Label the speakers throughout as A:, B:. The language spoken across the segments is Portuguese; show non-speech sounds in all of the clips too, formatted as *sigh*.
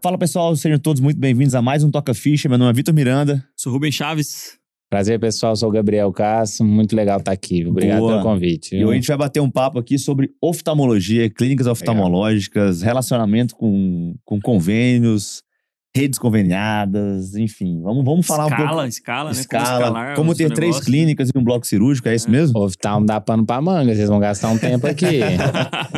A: Fala pessoal, sejam todos muito bem-vindos a mais um Toca Ficha. Meu nome é Vitor Miranda.
B: Sou Rubem Chaves.
C: Prazer, pessoal. Sou o Gabriel Castro. Muito legal estar aqui. Obrigado
A: Boa.
C: pelo convite.
A: E
C: viu?
A: hoje a gente vai bater um papo aqui sobre oftalmologia, clínicas oftalmológicas, relacionamento com, com convênios, redes conveniadas, enfim. Vamos, vamos falar
B: escala,
A: um pouco.
B: escala, né?
A: escala,
B: escalar
A: como
B: os
A: ter três
B: negócios. né?
A: clínicas e um bloco cirúrgico, é isso
B: É.
A: mesmo?
C: Oftalmo dá pano pra manga. Vocês vão gastar um tempo
A: *laughs*
C: aqui.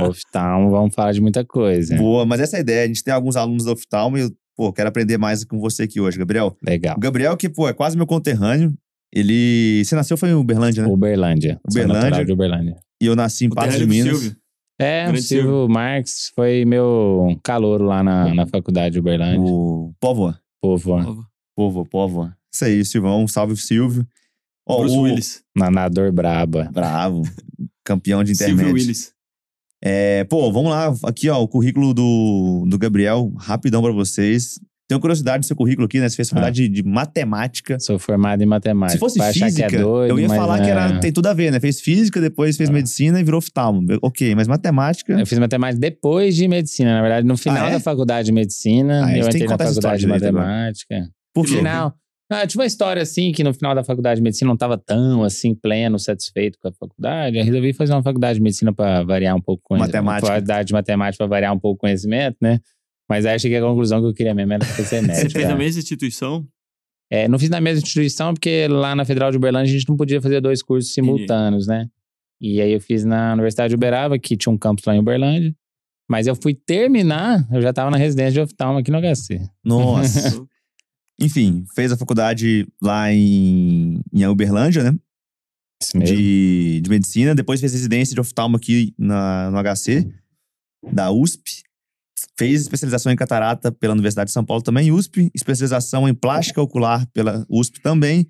C: Oftalmo, vamos falar de muita coisa.
A: Boa, mas essa é a ideia. A gente tem alguns alunos da oftalmo e eu, pô, quero aprender mais com você aqui hoje, Gabriel.
C: Legal.
A: O Gabriel, que, pô, é quase meu conterrâneo. Ele. Você nasceu foi em Uberlândia, né?
C: Uberlândia. Sou
A: Uberlândia.
C: natural de Uberlândia.
A: E eu nasci em
B: *laughs* O
A: Patos de
B: terreno do
A: Minas.
B: Silvio.
C: É, o
B: Grande
C: Silvio Marx foi meu calouro lá na, na faculdade de Uberlândia.
A: O Póvoa.
C: Povo, ó,
A: Povo, povo. Isso aí, Silvão. Um Salve, Silvio. Ó,
B: Bruce
A: o-
B: Willis.
C: nadador braba.
A: Bravo. Campeão de
B: *laughs* Silvio
A: internet.
B: Willis.
A: É, pô, vamos lá. Aqui, ó, o currículo do, do Gabriel. Rapidão pra vocês. Tenho curiosidade do seu currículo aqui, né? Você fez faculdade de, de matemática.
C: Sou formado em matemática.
A: Se fosse
C: Ah. Vai achar
A: física,
C: que é doido,
A: eu ia
C: mas,
A: falar que era,
C: né,
A: tem tudo a ver, né? Fez física, depois fez
C: Ah. É
A: medicina e virou oftalmo. Ok, mas matemática...
C: Eu fiz matemática depois de medicina, na verdade, no final
A: Ah, é?
C: da faculdade de
A: Ah,
C: medicina,
A: a gente tem
C: eu
A: que
C: entrei na
A: contar essa história
C: faculdade de
A: direito agora.
C: matemática.
A: por
C: No
A: quê?
C: final. Ah, tinha uma história assim que no final da faculdade de medicina eu não estava tão assim pleno, satisfeito com a faculdade. Eu resolvi fazer uma faculdade de medicina para variar um pouco o conhecimento.
A: Matemática.
C: Uma faculdade de matemática para variar um pouco o conhecimento, né? Mas aí eu cheguei à conclusão que eu queria mesmo
A: *laughs*
C: era ser
A: É,
C: médico.
B: Você fez
C: cara.
B: na mesma instituição?
C: É, não fiz na mesma instituição, porque lá na Federal de Uberlândia a gente não podia fazer dois cursos
B: Entendi.
C: simultâneos, né? E aí eu fiz na Universidade de Uberaba, que tinha um campus lá em Uberlândia. Mas eu fui terminar, eu já estava na residência de oftalmo aqui no HC. *laughs*
B: *laughs*
A: Nossa. Enfim, fez a faculdade lá em, em Uberlândia, né?
C: Isso mesmo.
A: de, de medicina, depois fez residência de oftalmo aqui na, no HC, da USP. Fez especialização em catarata pela Universidade de São Paulo, também USP. Especialização em plástica ocular pela USP também.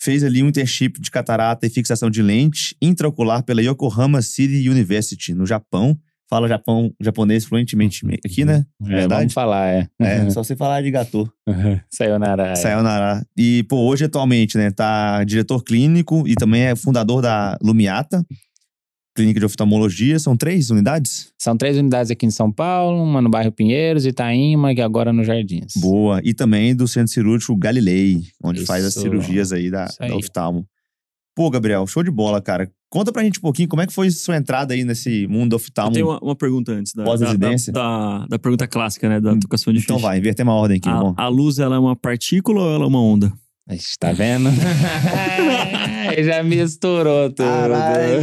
A: Fez ali um internship de catarata e fixação de lente intraocular pela Yokohama City University, no Japão. Fala Japão, japonês fluentemente aqui, né?
C: É,
A: verdade?
C: Vamos falar, é. *laughs*
A: É, só sei falar de gato.
C: Saiu na área.
A: Sayonara. E, pô, hoje atualmente, né, tá diretor clínico e também é fundador da Lumiata, clínica de oftalmologia. São três unidades?
C: São três unidades aqui em São Paulo, uma no bairro Pinheiros, Itaíma e agora no Jardins.
A: Boa. E também do Centro Cirúrgico Galilei, onde
C: Isso.
A: faz as cirurgias aí da,
C: Isso aí.
A: da oftalmo. Pô, Gabriel, show de bola, cara. Conta pra gente um pouquinho como é que foi sua entrada aí nesse mundo
B: Eu
A: oftalmo.
C: um
B: tenho uma, uma pergunta antes da, da,
A: Pós-residência?
B: da, da- da pergunta clássica, né? Da tocação de
A: Então
B: ficha.
A: vai, invertemos a ordem aqui,
C: Ah.
A: irmão.
B: A, a luz, ela é uma partícula ou ela é uma onda?
C: Ixi, tá vendo? É, já misturou tudo.
A: Caralho.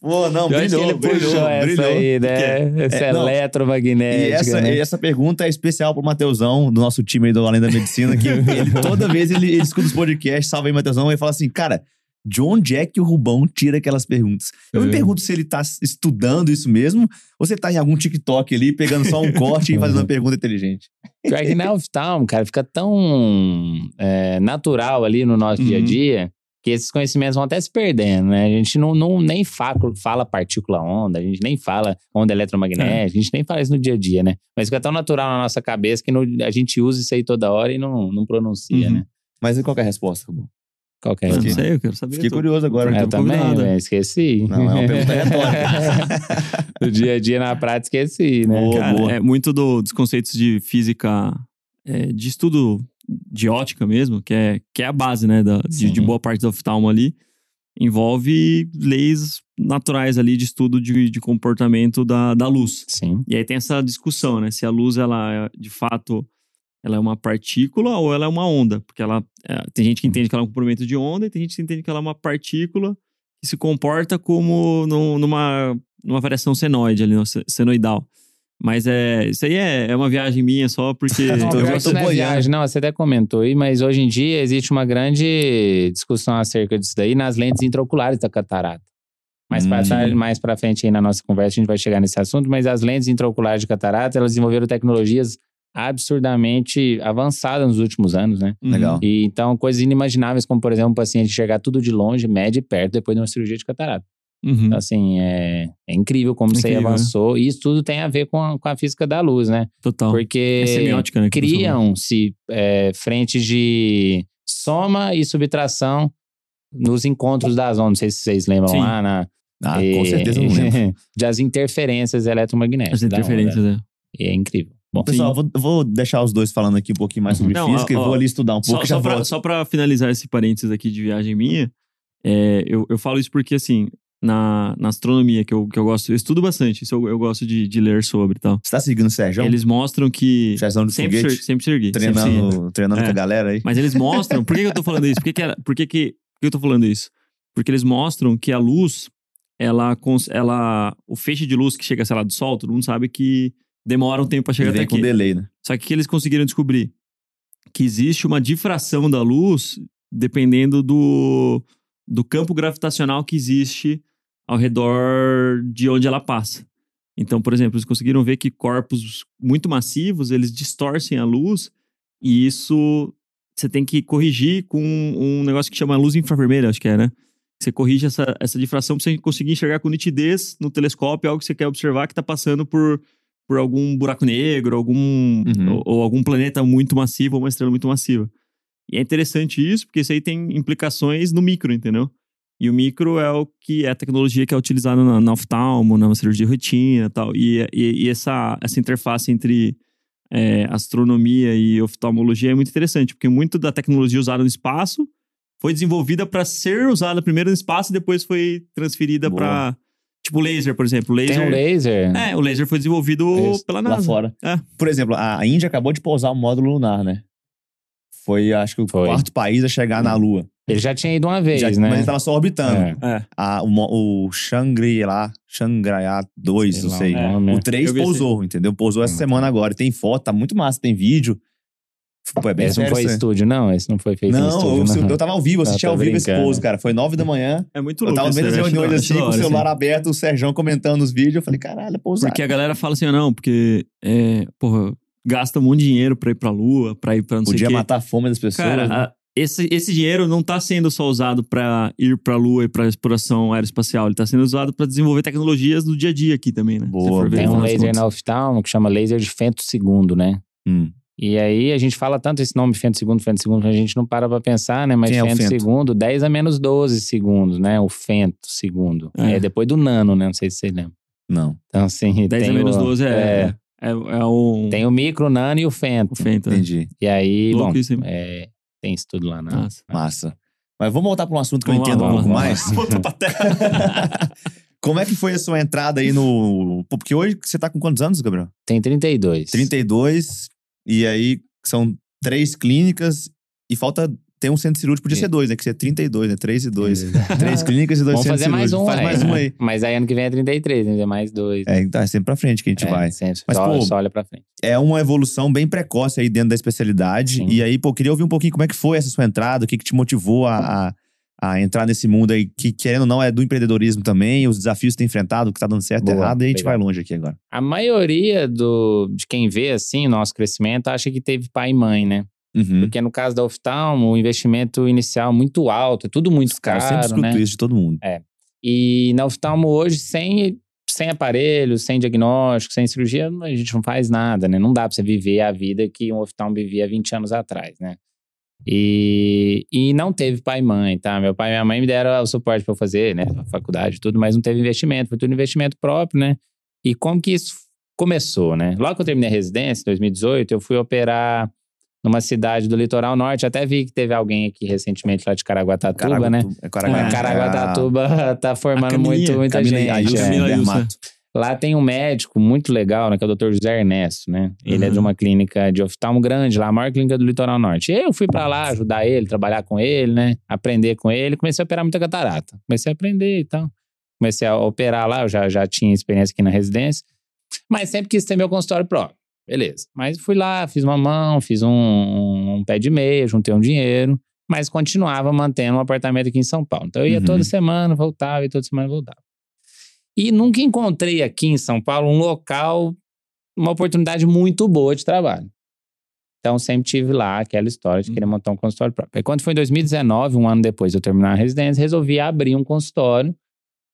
A: Pô, não,
C: Eu acho que
A: brilhou,
C: ele puxou
A: brilhou,
C: essa
A: brilhou.
C: aí, né? Essa
A: É, não.
C: eletromagnética.
A: E essa,
C: né?
A: e essa pergunta é especial pro Mateusão, do nosso time aí do Além da Medicina, que ele, toda vez ele, ele escuta os podcasts, salva aí, Mateusão, e fala assim, cara, de onde é que o Rubão tira aquelas perguntas? Eu me
C: É.
A: pergunto se ele tá estudando isso mesmo, ou se ele tá em algum TikTok ali, pegando só um corte e fazendo uma pergunta inteligente. *laughs*
C: Pior que na oftalmo, tá um cara, fica tão é, natural ali no nosso
B: Uhum.
C: dia a dia que esses conhecimentos vão até se perdendo, né? A gente não, não- nem fa- fala partícula onda, a gente nem fala onda eletromagnética,
A: É.
C: a gente nem fala isso no dia a dia, né? Mas fica tão natural na nossa cabeça que no- a gente usa isso aí toda hora e não, não pronuncia,
B: Uhum.
C: né?
A: Mas e qual que é a resposta, Rubão?
C: Qualquer
B: Eu não
A: Entendi.
B: sei, eu quero saber.
A: Fiquei
B: tô-
A: curioso agora.
C: Ah, Eu
B: Então,
C: também,
B: combinado.
C: né? Esqueci.
A: Não, é uma pergunta retórica.
C: *laughs* no dia a dia, na prática, esqueci, né?
A: Boa,
B: Cara,
A: boa.
B: é muito do- dos conceitos de física, é, de estudo de ótica mesmo, que é, que é a base, né, da, de,
C: Sim.
B: de boa parte do oftalmo ali. Envolve leis naturais ali de estudo de, de comportamento da, da luz.
C: Sim.
B: E aí tem essa discussão, né, se a luz, ela é, de fato, ela é uma partícula ou ela é uma onda. Porque ela, é, tem gente que entende que ela é um comprimento de onda e tem gente que entende que ela é uma partícula que se comporta como num- numa, numa variação senoide ali, no- se- senoidal. Mas é, isso aí é, é uma viagem minha só porque...
A: Tá bom.
C: Não,
A: eu já
C: pior
A: tô
C: que não *laughs* é
A: boiando.
C: viagem, não, você até comentou aí, mas hoje em dia existe uma grande discussão acerca disso daí nas lentes intraoculares da catarata. Mais, pra,
A: Hum.
C: tar- mais pra frente aí na nossa conversa a gente vai chegar nesse assunto, mas as lentes intraoculares de catarata, elas desenvolveram tecnologias absurdamente avançadas nos últimos anos, né?
B: Uhum.
A: Legal.
C: E então coisas inimagináveis, como por exemplo, um paciente enxergar tudo de longe, médio e perto depois de uma cirurgia de catarata.
B: Uhum.
C: Então, assim, é, é incrível como isso aí
B: Incrível, né?
C: avançou. E isso tudo tem a ver com a, com a física da luz, né?
B: Total.
C: Porque
B: é semiótica, né? que você falou.
C: criam-se
A: Uhum.
C: é, frentes de soma e subtração nos encontros das ondas. Não sei se vocês lembram
B: Sim.
C: lá na.
A: Ah,
C: é,
A: com certeza eu não lembro.
C: *laughs* das interferências eletromagnéticas.
B: As
C: da onda.
B: interferências, né?
C: E é incrível. Bom,
A: Pessoal, vou, vou deixar os dois falando aqui um pouquinho mais sobre
B: Não,
A: física
B: ó,
A: e vou ali estudar um pouco.
B: Só,
A: já
B: só, pra,
A: volto.
B: só pra finalizar esse parênteses aqui de viagem minha, é, eu, eu falo isso porque, assim, na, na astronomia, que eu, que eu gosto, eu estudo bastante, isso eu, eu gosto de, de ler sobre e tal.
A: Você tá seguindo o Sérgio?
B: Eles mostram que.
A: Sérgio é do
B: Sempre,
A: foguete?
B: ser- sempre sergui. sempre sergui.
A: treinando treinando
B: É.
A: com a galera aí?
B: Mas eles mostram. Por que que eu tô falando isso? Por que, que, era- por que, que, por que eu tô falando isso? Porque eles mostram que a luz, ela, cons- ela. O feixe de luz que chega, sei lá, do sol, todo mundo sabe que demora um tempo pra
A: Ele
B: chegar até
A: vem com
B: aqui.
A: delay, né?
B: Só que o que eles conseguiram descobrir? Que existe uma difração da luz dependendo do, do campo gravitacional que existe ao redor de onde ela passa. Então, por exemplo, eles conseguiram ver que corpos muito massivos, eles distorcem a luz e isso você tem que corrigir com um negócio que chama luz infravermelha, acho que é, né? Você corrige essa, essa difração para você conseguir enxergar com nitidez no telescópio algo que você quer observar que está passando por, por algum buraco negro, algum
A: Uhum.
B: ou, ou algum planeta muito massivo ou uma estrela muito massiva. E é interessante isso, porque isso aí tem implicações no micro, entendeu? E o micro é o que é a tecnologia que é utilizada na, na oftalmo, na cirurgia de retina e tal. E, e, e essa, essa interface entre é, astronomia e oftalmologia é muito interessante, porque muito da tecnologia usada no espaço foi desenvolvida para ser usada primeiro no espaço e depois foi transferida
A: Boa.
B: para. Tipo laser, por exemplo.
C: tem
B: Laser,
C: um laser.
B: É, o laser foi desenvolvido
C: Isso,
B: pela
A: né? Lá
B: NASA.
A: fora.
B: É.
A: Por exemplo, a Índia acabou de pousar um módulo lunar, né? Foi, acho que, o
C: Foi.
A: quarto país a chegar na Lua.
C: Ele já tinha ido uma vez,
A: Já-
C: né?
A: Mas ele tava só orbitando.
C: É.
B: É.
A: A- o, mo- o Shangri lá, Shangri-La 2,
C: Sei
A: não
C: lá né? É.
A: sei.
C: o nome.
A: O 3
B: Eu vi esse-
A: pousou, entendeu? Pousou essa
C: Ah, tá.
A: semana agora. Tem foto, tá muito massa, tem vídeo. Pô, é bem
C: Esse não
A: sério
C: foi
A: isso, né?
C: estúdio, não? Esse não foi feito em
A: Não,
C: estúdio,
A: eu,
C: não.
A: eu tava ao vivo, assisti
C: Ah, tô
A: ao vivo esse
C: brincando.
A: pouso, cara. Foi 9 da
B: *laughs*
A: manhã.
B: É muito
A: Eu
B: louco.
A: tava vendo as
B: isso, eu acho-
A: reuniões
B: eu acho
A: assim,
B: da
A: com o
B: hora,
A: celular aberto, o Serjão comentando os vídeos. Eu falei, caralho, é pousada.
B: Porque a galera fala assim, não, porque, é, porra, gasta um monte de dinheiro pra ir pra lua, pra ir pra não
A: Podia
B: sei o quê.
A: matar a fome das pessoas.
B: Cara,
A: né?
B: a- esse, esse dinheiro não tá sendo só usado pra ir pra lua e pra exploração aeroespacial, ele tá sendo usado pra desenvolver tecnologias do dia a dia aqui também, né? Se
A: Boa,
B: for ver,
C: Tem
B: no
C: um
B: final das
C: laser
B: contas.
C: na oftalmo que chama laser de fento segundo, né?
A: Hum.
C: E aí a gente fala tanto esse nome fento segundo, fento segundo, a gente não para pra pensar, né? Mas
A: Quem é o
C: fento,
A: fento?
C: segundo, 10 a menos 12 segundos, né? O fento segundo.
B: É.
C: É, depois do nano, né? Não sei se vocês lembram.
A: Não.
C: Então, assim,
B: 10 a
C: tem
B: menos
C: o-
B: 12 é, é, é, um...
C: Tem o micro, o nano e o fento.
B: o fento, né?
A: Entendi.
C: E aí,
B: Louco
C: bom,
B: isso, hein?
C: é, tem isso tudo lá, né?
A: Ah.
B: Nossa.
A: Massa. Mas vamos voltar para um assunto que eu
B: Tá. Vamos lá,
A: entendo um
B: vamos
A: pouco
B: lá,
A: mais.
B: Volta pra terra.
A: *laughs* Como é que foi a sua entrada aí no. Pô, Porque hoje você tá com quantos anos, Gabriel?
C: Tem 32.
A: 32. E aí são três clínicas e falta. Tem um centro cirúrgico, podia
C: É.
A: ser dois, né? Que seria 32, né? Três e dois. Três clínicas e dois
C: Vamos
A: centros
C: fazer mais
A: cirúrgicos.
C: um
A: Faz
C: aí.
A: mais um aí.
C: *laughs* Mas aí ano que vem é 33, né? É mais dois.
A: É, tá, é sempre pra frente que a gente
C: É,
A: vai.
C: sempre.
A: Mas,
C: só,
A: pô,
C: só olha pra frente.
A: é uma evolução bem precoce aí dentro da especialidade.
C: Sim.
A: E aí, pô, queria ouvir um pouquinho como é que foi essa sua entrada, o que, que te motivou a, a, a entrar nesse mundo aí, que querendo ou não é do empreendedorismo também, os desafios que tem enfrentado, o que tá dando certo,
C: Boa,
A: errado, e a gente
C: legal.
A: vai longe aqui agora.
C: A maioria do, de quem vê, assim, o nosso crescimento, acha que teve pai e mãe, né?
A: Uhum.
C: Porque no caso da oftalmo, o investimento inicial é muito alto, é tudo muito
A: Cara, eu sempre
C: caro,
A: escuto
C: né?
A: isso de todo mundo.
C: E na oftalmo hoje, sem, sem aparelho, sem diagnóstico, sem cirurgia, a gente não faz nada, né? Não dá pra você viver a vida que um oftalmo vivia 20 anos atrás, né? E, e não teve pai e mãe, tá? Meu pai e minha mãe me deram o suporte pra eu fazer, né? A faculdade e tudo, mas não teve investimento, foi tudo investimento próprio, né? E como que isso começou, né? Logo que eu terminei a residência, em 2018, eu fui operar numa cidade do litoral norte. Até vi que teve alguém aqui recentemente lá de Caraguatatuba, né?
A: Caraguatu- É Caraguá,
B: É,
C: Caraguatatuba *laughs* tá formando
B: Camilinha,
C: muito, muita
A: Camila
C: gente.
A: Ailson,
C: é.
B: Camila Ailson.
A: dermato.
C: Lá tem um médico muito legal, né? Que é o Dr. José Ernesto, né? Ele é
B: Uhum.
C: de uma clínica de oftalmo grande lá, a maior clínica do litoral norte. Eu fui pra lá ajudar ele, trabalhar com ele, né? Aprender com ele. Comecei a operar muita catarata. Comecei a aprender e tal. Comecei a operar lá, eu já, já tinha experiência aqui na residência. Mas sempre quis ter meu consultório próprio. Beleza. Mas fui lá, fiz uma mão, fiz um, um pé de meia, juntei um dinheiro. Mas continuava mantendo um apartamento aqui em São Paulo. Então eu ia
A: Uhum.
C: toda semana, voltava, e toda semana voltava. E nunca encontrei aqui em São Paulo um local, uma oportunidade muito boa de trabalho. Então sempre tive lá aquela história de querer
A: Uhum.
C: montar um consultório próprio. Aí quando foi em 2019, um ano depois de eu terminar a residência, resolvi abrir um consultório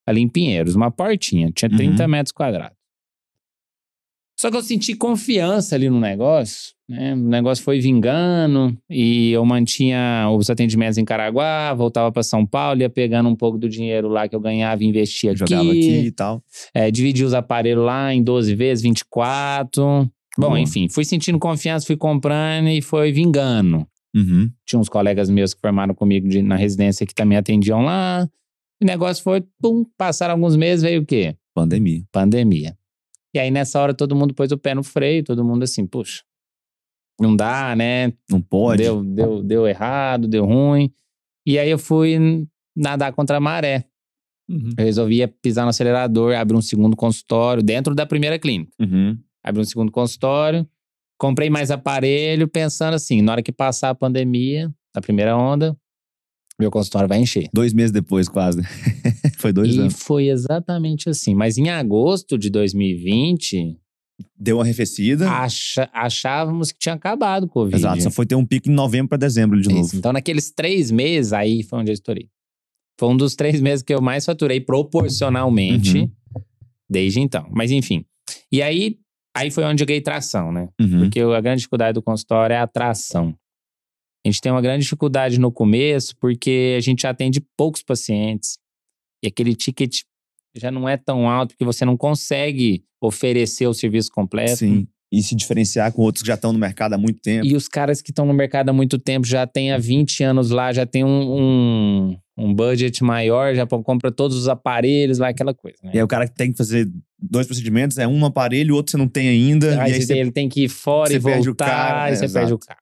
C: ali em Pinheiros, uma portinha, tinha
A: Uhum.
C: 30 metros quadrados. Só que eu senti confiança ali no negócio, né? O negócio foi vingando e eu mantinha os atendimentos em Caraguá, voltava para São Paulo, ia pegando um pouco do dinheiro lá que eu ganhava e investia
A: Jogava aqui e tal.
C: é, dividi os aparelhos lá em 12 vezes, 24. Bom,
A: Boa.
C: enfim, fui sentindo confiança, fui comprando e foi vingando.
A: Uhum.
C: tinha uns colegas meus que formaram comigo de- na residência que também atendiam lá. O negócio foi, pum, passaram alguns meses, veio o quê?
A: Pandemia.
C: Pandemia. E aí nessa hora todo mundo pôs o pé no freio, todo mundo assim, puxa, não dá, né?
A: Não pode.
C: Deu, deu, deu errado, deu ruim. E aí eu fui nadar contra a maré.
B: Uhum.
C: Eu resolvia pisar no acelerador, abrir um segundo consultório dentro da primeira clínica.
A: Uhum.
C: Abri um segundo consultório, comprei mais aparelho, pensando assim, na hora que passar a pandemia, a primeira onda, meu consultório vai encher.
A: Dois meses depois, quase. *laughs* né? Foi dois
C: e
A: anos.
C: foi exatamente assim. Mas em agosto de 2020,
A: Deu uma arrefecida.
C: acha- achávamos que tinha acabado o Ah, Covid.
A: Exato. Só foi ter um pico em novembro pra dezembro de
C: Isso.
A: novo.
C: Então, naqueles três meses, aí foi onde eu estourei. Foi um dos três meses que eu mais faturei proporcionalmente
A: Uhum.
C: desde então. Mas enfim. E aí, aí foi onde eu ganhei tração, né?
A: Uhum.
C: Porque a grande dificuldade do consultório é a atração. A gente tem uma grande dificuldade no começo porque a gente atende poucos pacientes e aquele ticket já não é tão alto porque você não consegue oferecer o serviço completo.
A: Sim. E se diferenciar com outros que já estão no mercado há muito tempo.
C: E os caras que estão no mercado há muito tempo já têm há 20 anos lá, já tem um, um, um budget maior, já pô- compra todos os aparelhos lá, aquela coisa. Né?
A: E aí o cara que tem que fazer dois procedimentos, é um no aparelho, o outro você não tem ainda.
C: Ah, Aí, é
A: e aí
C: você tem- ele tem que ir fora
A: você
C: e
A: perde o
C: voltar,
A: cara,
C: e
A: é,
C: você
A: exato.
C: perde o cara.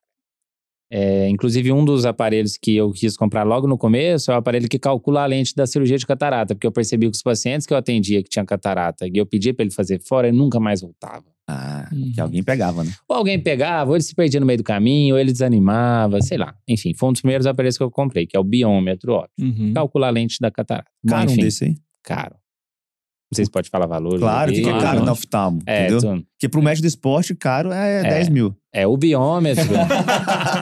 C: É, inclusive, um dos aparelhos que eu quis comprar logo no começo é o aparelho que calcula a lente da cirurgia de catarata, porque eu percebi que os pacientes que eu atendia que tinham catarata e eu pedia pra ele fazer fora, ele nunca mais voltava.
A: Ah,
B: Uhum.
C: Uhum.
A: que alguém pegava, né?
C: Ou alguém pegava, ou ele se perdia no meio do caminho, ou ele desanimava, sei lá. Enfim, foi um dos primeiros aparelhos que eu comprei, que é o biômetro, ó.
B: Uhum.
C: Calcula a lente da catarata. Bom,
A: Cara, um
C: enfim,
A: desse aí.
C: caro. Não sei se pode falar valor.
A: Claro, o que, que é
B: Claro,
A: caro
B: lógico.
A: na oftalmo?
C: É,
A: entendeu?
C: tu-
A: Porque pro médico do esporte, caro é,
C: É.
A: 10 mil.
C: *laughs* é o biômetro.
A: *laughs*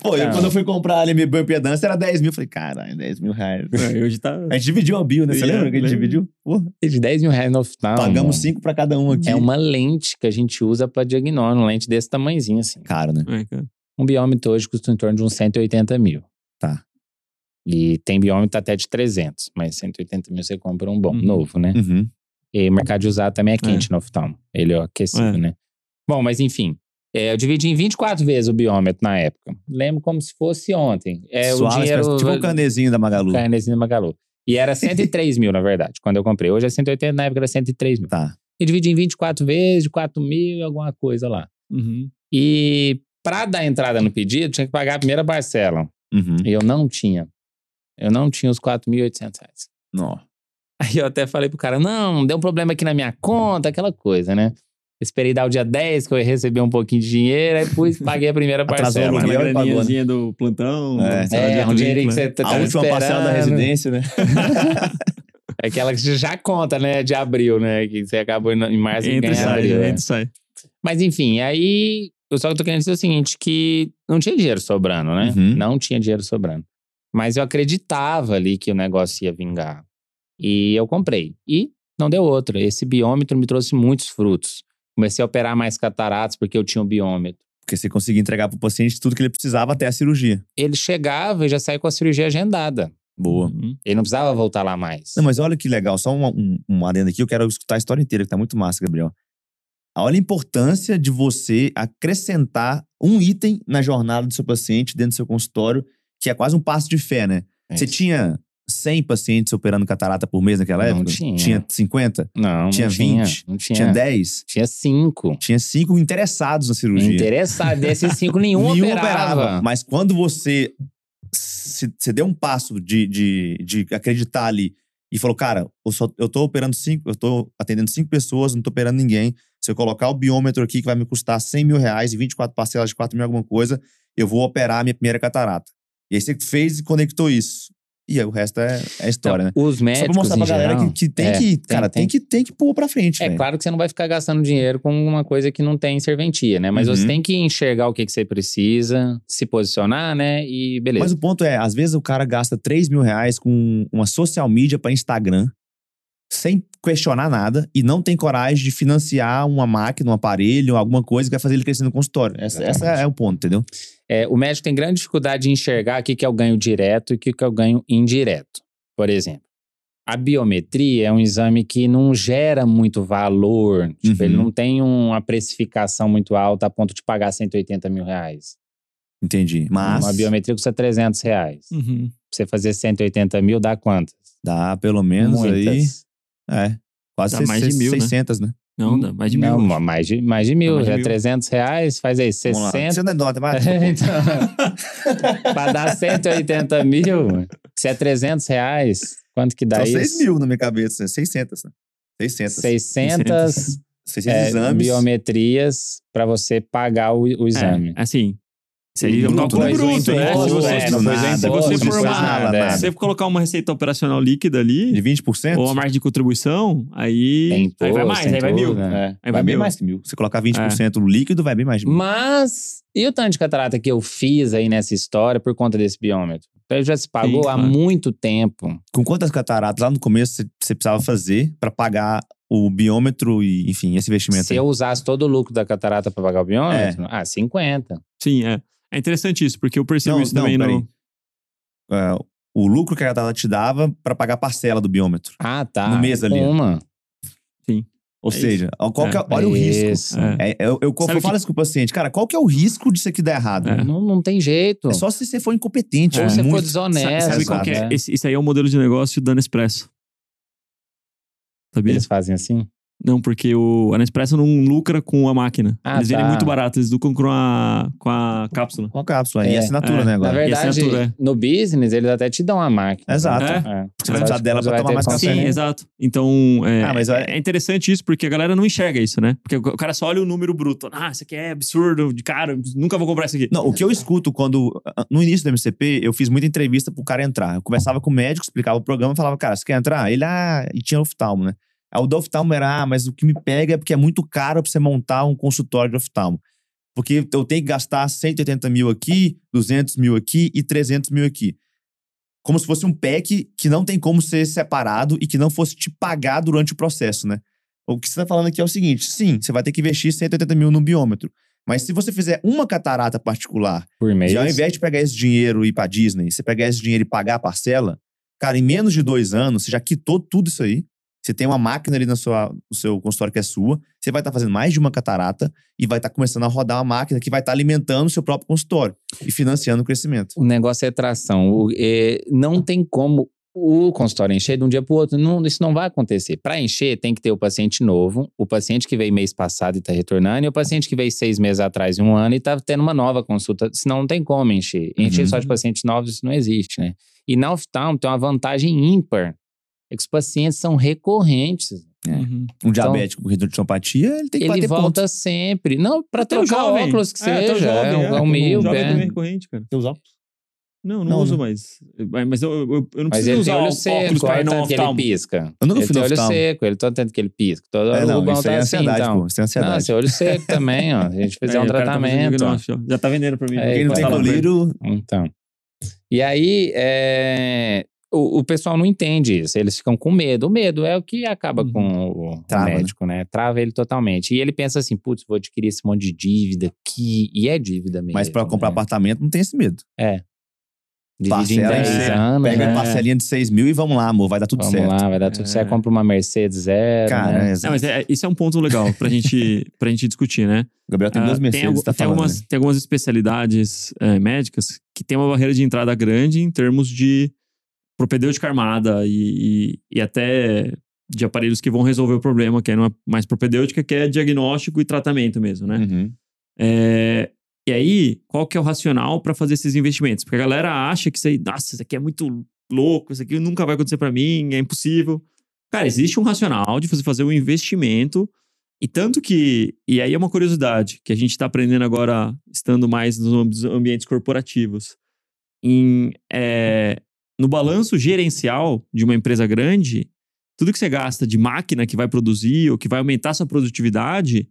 A: Pô, eu,
C: Não.
A: quando eu fui comprar ali minha bioimpedância, era 10 mil. Eu Falei, caralho, 10 mil
C: *laughs*
A: reais.
B: É, hoje tá.
A: A gente dividiu a bio, né? Você
B: Eu
A: lembra que a gente
C: é.
B: lembro.
A: dividiu? Porra,
C: de 10 mil reais no oftalmo.
A: pagamos 5 pra cada um aqui.
C: É uma lente que a gente usa pra diagnóstico, uma lente desse tamanhozinho, assim.
A: caro, né?
B: É, cara.
C: Um biômetro hoje custa em torno de uns 180 mil.
A: Tá.
C: E tem biômetro até de 300, mas 180 mil você compra um bom,
B: Uhum.
C: novo, né?
A: Uhum.
C: E o mercado de usar também é quente no oftalmo. Ele é aquecido,
B: É.
C: né? Bom, mas enfim. É, eu dividi em 24 vezes o biômetro na época. Lembro como se fosse ontem. É, o
A: Suave,
C: dinheiro... É.
A: espécie- Tipo o carnezinho da Magalu.
C: Carnezinho Magalu. E era 103 mil, na verdade, quando eu comprei. Hoje é 180, na época era 103 mil.
A: Tá.
C: E dividi em 24 vezes, de 4 mil e alguma coisa lá.
B: Uhum.
C: E pra dar entrada no pedido, tinha que pagar a primeira parcela.
A: Uhum.
C: E eu não tinha. Eu não tinha os 4.800 reais.
A: Não.
C: *laughs* Aí eu até falei pro cara, não, deu um problema aqui na minha conta, aquela coisa, né? Esperei dar o dia 10 que eu ia receber um pouquinho de dinheiro, aí
A: *laughs*
C: pus, paguei a primeira
A: Atrasou o
C: parcela.
A: aluguel.
B: Aquela
A: Miguel pagou, né?
B: graninhazinha do plantão.
A: É.
B: do-
C: É, um
B: do
C: dinheirinho que
B: Linkler.
C: você tá
A: A última parcela da residência, né?
C: É aquela que você já conta, né? De abril, né? Que você acabou em em março e
B: Entra e
C: ganha em
B: sai,
C: abril.
B: né?
C: é.
B: entra e sai.
C: Mas enfim, aí eu só tô querendo dizer o seguinte, que não tinha dinheiro sobrando, né?
A: Uhum.
C: Não tinha dinheiro sobrando. Mas eu acreditava ali que o negócio ia vingar. E eu comprei. E não deu outra. Esse biômetro me trouxe muitos frutos. Comecei a operar mais cataratas porque eu tinha o biômetro.
A: Porque você conseguia entregar pro paciente tudo que ele precisava até a cirurgia.
C: Ele chegava e já saía com a cirurgia agendada.
A: Boa.
B: Uhum.
C: Ele não precisava voltar lá mais.
A: Não, mas olha que legal, só um, um, um adendo aqui, eu quero escutar a história inteira, que tá muito massa, Gabriel. Olha a importância de você acrescentar um item na jornada do seu paciente dentro do seu consultório, que é quase um passo de fé, né?
C: É
A: Você
C: isso.
A: tinha 100 pacientes operando catarata por mês naquela
C: Não
A: época?
C: tinha.
A: 50?
C: Não,
A: Tinha
C: não tinha.
A: 20,
C: Não tinha.
A: Tinha 10?
C: Tinha cinco.
A: Tinha 5 interessados na cirurgia.
C: Então, Interessado. Desses cinco, nenhum,
A: *laughs*
C: operava.
A: Mas quando você se, se deu um passo de, de, de acreditar ali e falou, cara, eu, só, eu tô operando cinco, eu tô atendendo cinco pessoas, não tô operando ninguém. Se eu colocar o biômetro aqui, que vai me custar 100 mil reais e 24 parcelas de 4 mil alguma coisa, eu vou operar a minha primeira catarata. E aí você fez e conectou isso. E aí o resto é, é história, né?
C: Então, Os
A: Só
C: médicos,
A: pra mostrar pra
C: em
A: galera
C: geral,
A: que, que tem
C: é,
A: que, cara, tem,
C: tem.
A: que tem que pôr pra frente,
C: É
A: velho.
C: claro que você não vai ficar gastando dinheiro com uma coisa que não tem serventia, né? Mas
A: Uhum.
C: você tem que enxergar o que, que você precisa, se posicionar, né? E beleza.
A: Mas o ponto é, às vezes o cara gasta 3 mil reais com uma social media pra Instagram, sem questionar nada, e não tem coragem de financiar uma máquina, um aparelho, alguma coisa que vai fazer ele crescer no consultório. Essa,
C: Exatamente.
A: essa é o ponto, entendeu?
C: É, o médico tem grande dificuldade de enxergar o que, que é o ganho direto e o que, que é o ganho indireto, por exemplo. a biometria é um exame que não gera muito valor. Tipo,
A: Uhum.
C: ele não tem uma precificação muito alta a ponto de pagar 180 mil reais.
A: Entendi. Mas
C: Uma biometria custa 300 reais. Pra
B: Uhum.
C: você fazer 180 mil, dá quantas?
A: dá pelo menos
C: Muitas.
A: aí. É. Quase
B: Dá
A: seis-
B: mais de mil, né?
A: 600, né?
B: Não, dá mais de mil.
C: Não, ma- mais de, mais de mil.
B: mais de
C: já
B: mil.
C: 300 reais, faz aí
A: Vamos lá.
B: *laughs*
C: 60.
A: Você não é dono da
C: *laughs*
A: matemática? *laughs*
C: Então, *laughs* pra dar 180 mil, se é 300 reais, quanto que dá
A: São
C: isso?
A: 6 mil na minha cabeça. 600, né? 600.
C: 600
A: 600
C: é,
A: exames.
C: biometrias para você pagar o, o exame.
B: É, assim. Isso aí
A: Bruto,
B: eu calculo
A: né?
B: bruto,
A: Não tem
B: né?
A: imposto,
B: Se você,
A: é, não foi
B: se você
A: imposto, não
B: for
A: foi
B: uma-
A: nada,
B: se
A: nada.
B: você colocar uma receita operacional líquida ali,
A: De 20%?
B: ou a margem de contribuição, aí,
C: Tem imposto,
B: aí vai mais,
C: tem
B: aí vai mil.
C: tudo, né?
A: É,
B: Aí
A: vai
B: vai
A: bem
B: mil.
A: mais que mil. Você colocar 20% líquido, vai bem mais de mil.
C: Mas, e o tanto de catarata que eu fiz aí nessa história por conta desse biômetro? Então, ele já se pagou há
B: claro.
C: muito tempo.
A: Com quantas cataratas lá no começo você- você precisava fazer pra pagar o biômetro e, enfim, esse investimento?
C: Se
A: aí?
C: eu usasse todo o lucro da catarata para pagar
A: É.
C: o biômetro, ah, 50.
B: Sim, é. É interessante isso, porque eu percebo
A: Não,
B: isso
A: não,
B: também
A: peraí.
B: no.
A: É, o lucro que a catarata te dava pra pagar a parcela do biômetro.
C: Ah, tá.
A: No mês ali.
C: Uma.
A: Ou
B: É
A: seja, qual que é-
B: É,
A: olha o risco.
C: Isso.
B: É.
A: É, eu eu, eu
B: Sabe
A: falo
B: que-
A: isso com o paciente. Cara, qual que é o risco disso aqui dar errado?
B: É.
C: Não, não tem jeito.
A: É só se você for incompetente.
C: Ou
A: é
C: você for
A: muito-
B: Sa-
C: desonesto.
B: sabe qual que é?
C: né?
B: Esse- isso aí é o modelo de negócio da Nespresso. Sabia?
C: Eles fazem assim?
B: Não, porque o, a Nespresso não lucra com a máquina.
C: Ah,
B: eles vendem
C: tá.
B: muito barato, eles lucram com a, com a cápsula.
A: Com a cápsula. E
C: É,
A: assinatura, né,
B: é.
C: Na
A: agora?
B: E
C: verdade,
B: assinatura, é.
C: no business, eles até te dão a máquina.
A: Exato.
B: É?
C: É.
A: Você vai precisar dela pra
C: Vai
A: tomar
C: ter
A: mais café,
C: conselho.
B: Sim,
A: né?
B: exato. Então, é,
A: Ah, mas olha-
B: é interessante isso, porque a galera não enxerga isso, né? Porque o cara só olha o número bruto. Ah, isso aqui é absurdo, de cara, nunca vou comprar isso aqui.
A: Não, o que eu escuto quando. ah, No início do MCP, eu fiz muita entrevista pro cara entrar. Eu conversava com o médico, explicava o programa, falava, cara, você quer entrar? Ele, ah, e tinha oftalmo, né? Aí o do oftalmo era, ah, mas o que me pega é porque é muito caro pra você montar um consultório de oftalmo. Porque eu tenho que gastar 180 mil aqui, 200 mil aqui e 300 mil aqui. Como se fosse um PEC que não tem como ser separado e que não fosse te pagar durante o processo, né? O que você tá falando aqui é o seguinte: sim, você vai ter que investir 180 mil no biômetro. Mas se você fizer uma catarata particular,
C: Por mês.
A: e ao invés de pegar esse dinheiro e ir pra Disney, você pegar esse dinheiro e pagar a parcela, cara, em menos de dois anos, você já quitou tudo isso aí. Você tem uma máquina ali na sua, no seu consultório que é sua, você vai estar fazendo mais de uma catarata e vai estar começando a rodar uma máquina que vai estar alimentando o seu próprio consultório e financiando o crescimento.
C: O negócio é tração. O- é, não tem como o consultório encher de um dia para o outro. Não, isso não vai acontecer. Para encher, tem que ter o paciente novo, o paciente que veio mês passado e está retornando, e o paciente que veio seis meses atrás, e um ano, e está tendo uma nova consulta. Senão não tem como encher. Encher
A: Uhum.
C: só de pacientes novos, isso não existe, né? E na oftalmo tem uma vantagem ímpar. É que os pacientes são recorrentes.
A: É.
B: Uhum.
A: Um diabético com retinopatia, ele tem que
C: Então Ele
A: bater
C: volta
A: ponto.
C: sempre. Não, para
A: um
B: Até o
C: trocar
B: jovem.
C: óculos que
B: É, até o
C: seja.
B: jovem,
C: é, um, é um
B: o
C: meio,
B: jovem
C: é.
B: também é recorrente, cara.
A: Você usa óculos?
B: Não, não,
A: Não,
B: uso
A: né?
B: mais. Mas- Mas eu, eu, eu não
C: Mas
B: preciso
C: ele tem
B: usar
C: olho
B: óculos
A: então
C: seco,
B: pra
C: olha
B: ir
C: o
B: no
C: tanto que ele
B: oftalmo.
C: pisca.
A: Eu nunca
C: ele
A: fui
C: tem
A: no
C: olho
A: oftalmo.
C: seco, ele todo tanto que ele pisca. Todo
A: É,
C: o
A: não,
C: Rubão
A: isso
C: tá
A: aí é
C: assim,
A: ansiedade,
C: então.
A: pô. Isso é
C: Não,
A: ansiedade. É,
C: seu olho seco também, ó.
A: *laughs*
C: Se a gente fizer
B: Aí,
C: um
B: o cara tá fazendo
C: tratamento.
B: diagnóstico. Já tá vendendo pra mim.
C: É,
A: Quem não tem
C: Fala,
A: colírio,
C: Então. E aí, é, o, o pessoal não entende isso. Eles ficam com medo. O medo é o que acaba
B: Uhum.
C: com o, o
A: Trava, né?
C: médico, né? Trava ele totalmente. E ele pensa assim, putz, vou adquirir esse monte de dívida aqui. E é dívida mesmo.
A: mas pra comprar
C: né?
A: apartamento não tem esse medo.
C: Divide em
A: parcela em
C: 10
A: cem,
C: anos,
A: Pega
C: né?
A: a parcelinha de 6 mil e vamos lá, amor, vai dar tudo
C: Vamos
A: certo.
C: lá, vai dar tudo
B: É.
C: certo. Compra uma Mercedes zero,
A: Cara,
C: né?
A: é,
B: Não, mas é- isso é um ponto legal pra gente, pra gente discutir, né?
A: o Gabriel tem duas
B: Ah,
A: Mercedes,
B: algu-
A: tá
B: tem
A: falando.
B: algumas,
A: né?
B: tem algumas especialidades eh, médicas que tem uma barreira de entrada grande em termos de propedêutica armada e, e, e até de aparelhos que vão resolver o problema, que é numa- mais propedêutica, que é diagnóstico e tratamento mesmo, né?
A: Uhum.
B: É, e aí, qual que é o racional para fazer esses investimentos? Porque a galera acha que isso aí, nossa, isso aqui é muito louco, isso aqui nunca vai acontecer para mim, é impossível. Cara, existe um racional de você fazer um investimento e tanto que, e aí é uma curiosidade que a gente está aprendendo agora, estando mais nos ambi- ambientes corporativos, em, é, no balanço gerencial de uma empresa grande, tudo que você gasta de máquina que vai produzir ou que vai aumentar sua produtividade,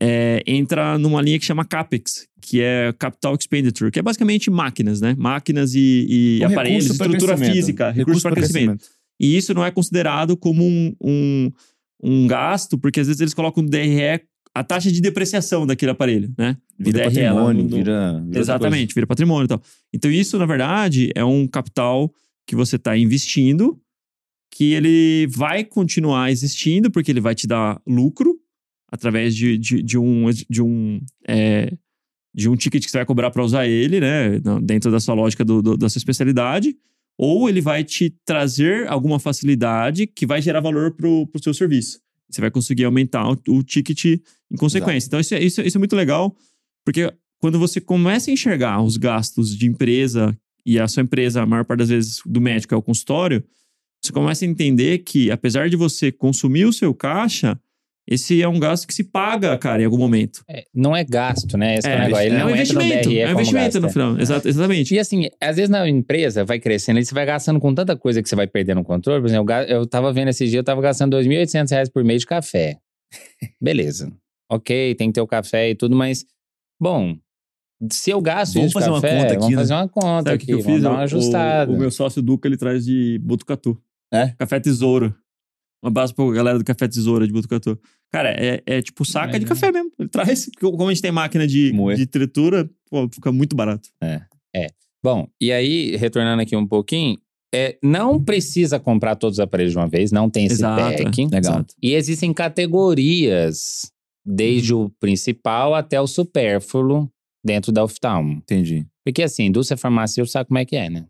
B: é, entra numa linha que chama CAPEX, que é Capital Expenditure, que é basicamente máquinas, né? Máquinas e, e
A: Um
B: aparelhos,
A: recurso pra
B: estrutura
A: crescimento.
B: física, recurso para
A: pra
B: crescimento. E isso não é considerado como um, um, um gasto, porque às vezes eles colocam no DRE a taxa de depreciação daquele aparelho, né? Do
A: Vira
B: DRE lá
A: patrimônio,
B: no- no-
A: vira, vira outra
B: Exatamente, vira patrimônio e tal. Então, isso, na verdade, é um capital que você está tá investindo, que ele vai continuar existindo, porque ele vai te dar lucro através de, de, de um, de, um, é, de um ticket que você vai cobrar para usar ele, né? na- Dentro da sua lógica do- do- da sua especialidade. Ou ele vai te trazer alguma facilidade que vai gerar valor para o seu serviço. Você vai conseguir aumentar o, o ticket em consequência. Então, isso, é- isso, é- isso é muito legal, porque quando você começa a enxergar os gastos de empresa, e a sua empresa, a maior parte das vezes, do médico é o consultório, você começa a entender que, apesar de você consumir o seu caixa, esse é um gasto que se paga, cara, em algum momento.
C: Não é gasto, né? Esse é, o negócio. Ele
B: é
C: não
B: um
C: entra no
B: investimento.
C: DRE
B: É um
C: como
B: investimento
C: gasto,
B: no
C: é.
B: final. Exato, exatamente.
C: E assim, às vezes na empresa vai crescendo e você vai gastando com tanta coisa que você vai perdendo o controle. Por exemplo, eu ga- eu tava vendo esse dia, eu tava gastando R$ 2.800 reais por mês de café. *laughs* Beleza. Ok, tem que ter o café e tudo, mas, bom, se eu gasto
A: Vamos
C: isso de
A: fazer uma
C: café,
A: conta aqui,
C: vamos
A: né?
C: fazer uma conta
B: Sabe o
C: aqui,
B: que, que eu
C: vamos
B: fiz?
C: dar uma ajustada.
B: O, o meu sócio Duca, ele traz de Botucatu.
A: É?
B: Café Tesouro. Um abraço pra galera do Café Tesoura de Botucatu. Cara, é, é tipo saca de café mesmo. Ele traz, como a gente tem máquina de,
A: Moer.
B: de tritura, pô, fica muito barato.
C: Bom, e aí, retornando aqui um pouquinho, é, não precisa comprar todos os aparelhos de uma vez, não tem esse
B: Exato,
C: pack.
A: é. Legal.
C: E existem categorias, desde
A: Uhum.
C: o principal até o supérfluo dentro da oftalmo.
A: Entendi.
C: Porque assim, indústria farmacêutica sabe como é que é, né?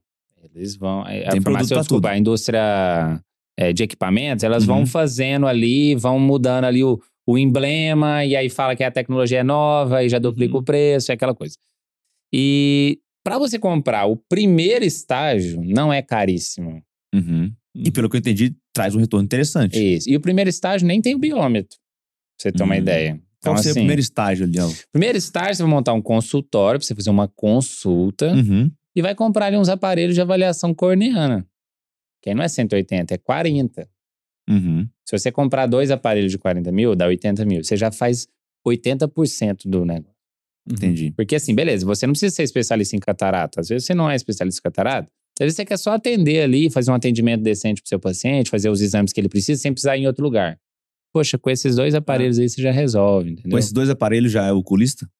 C: Eles vão. é, A
A: Tem
C: a
A: produto
C: farmácia,
A: pra
C: desculpa,
A: tudo.
C: a indústria é, de equipamentos, elas
A: Uhum.
C: vão fazendo ali, vão mudando ali o, o emblema, e aí fala que a tecnologia é nova, e já duplica
B: Uhum.
C: o preço, é aquela coisa. E para você comprar o primeiro estágio, não é caríssimo.
A: Uhum. E pelo que eu entendi, traz um retorno interessante.
C: Isso. E o primeiro estágio nem tem o biômetro, pra você ter uma
A: Uhum.
C: ideia. Então,
A: Qual seria o
C: assim,
A: primeiro estágio ali? ó?
C: primeiro estágio, você vai montar um consultório, pra você fazer uma consulta.
A: Uhum.
C: e vai comprar ali uns aparelhos de avaliação corneana. Que aí não é 180, é 40.
A: Uhum.
C: Se você comprar dois aparelhos de 40 mil, dá 80 mil. Você já faz 80% do né, negócio.
A: Entendi.
C: Porque assim, beleza, você não precisa ser especialista em catarata. Às vezes você não é especialista em catarata. Às vezes você quer só atender ali, fazer um atendimento decente pro seu paciente, fazer os exames que ele precisa, sem precisar ir em outro lugar. Poxa, com esses dois aparelhos aí você já resolve, entendeu?
A: Com esses dois aparelhos já é oculista?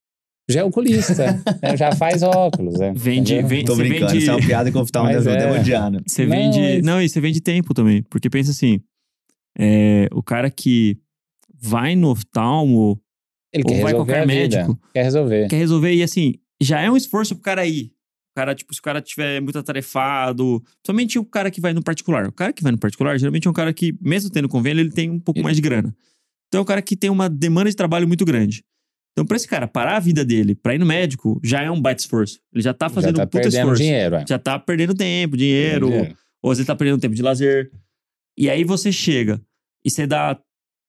C: Já é
B: *laughs*
C: oculista, né? já faz óculos. Né?
B: Vende,
C: Entendeu?
B: vende,
A: Tô
B: você
A: brincando,
B: vende-
A: isso é uma piada que eu tava
C: Mas é.
A: deve odiar, né?
B: Você
C: Não,
B: vende.
C: mas-
B: Não, e você vende tempo também. Porque pensa assim: é, o cara que vai no oftalmo
C: Ele
B: Ou
C: quer
B: vai
C: resolver
B: qualquer
C: a vida,
B: médico.
C: quer resolver.
B: quer resolver, e assim, já é um esforço pro cara ir. O cara, tipo, se o cara tiver muito atarefado, somente o cara que vai no particular. O cara que vai no particular, geralmente é um cara que, mesmo tendo convênio, ele tem um pouco mais de grana. Então é um cara que tem uma demanda de trabalho muito grande. Então, pra esse cara parar a vida dele pra ir no médico, já é um baita esforço. Ele já tá fazendo
C: já tá
B: um puta
C: perdendo
B: esforço.
C: dinheiro. é.
B: Já tá perdendo tempo, dinheiro, ou às vezes tá perdendo tempo de lazer. E aí você chega e você dá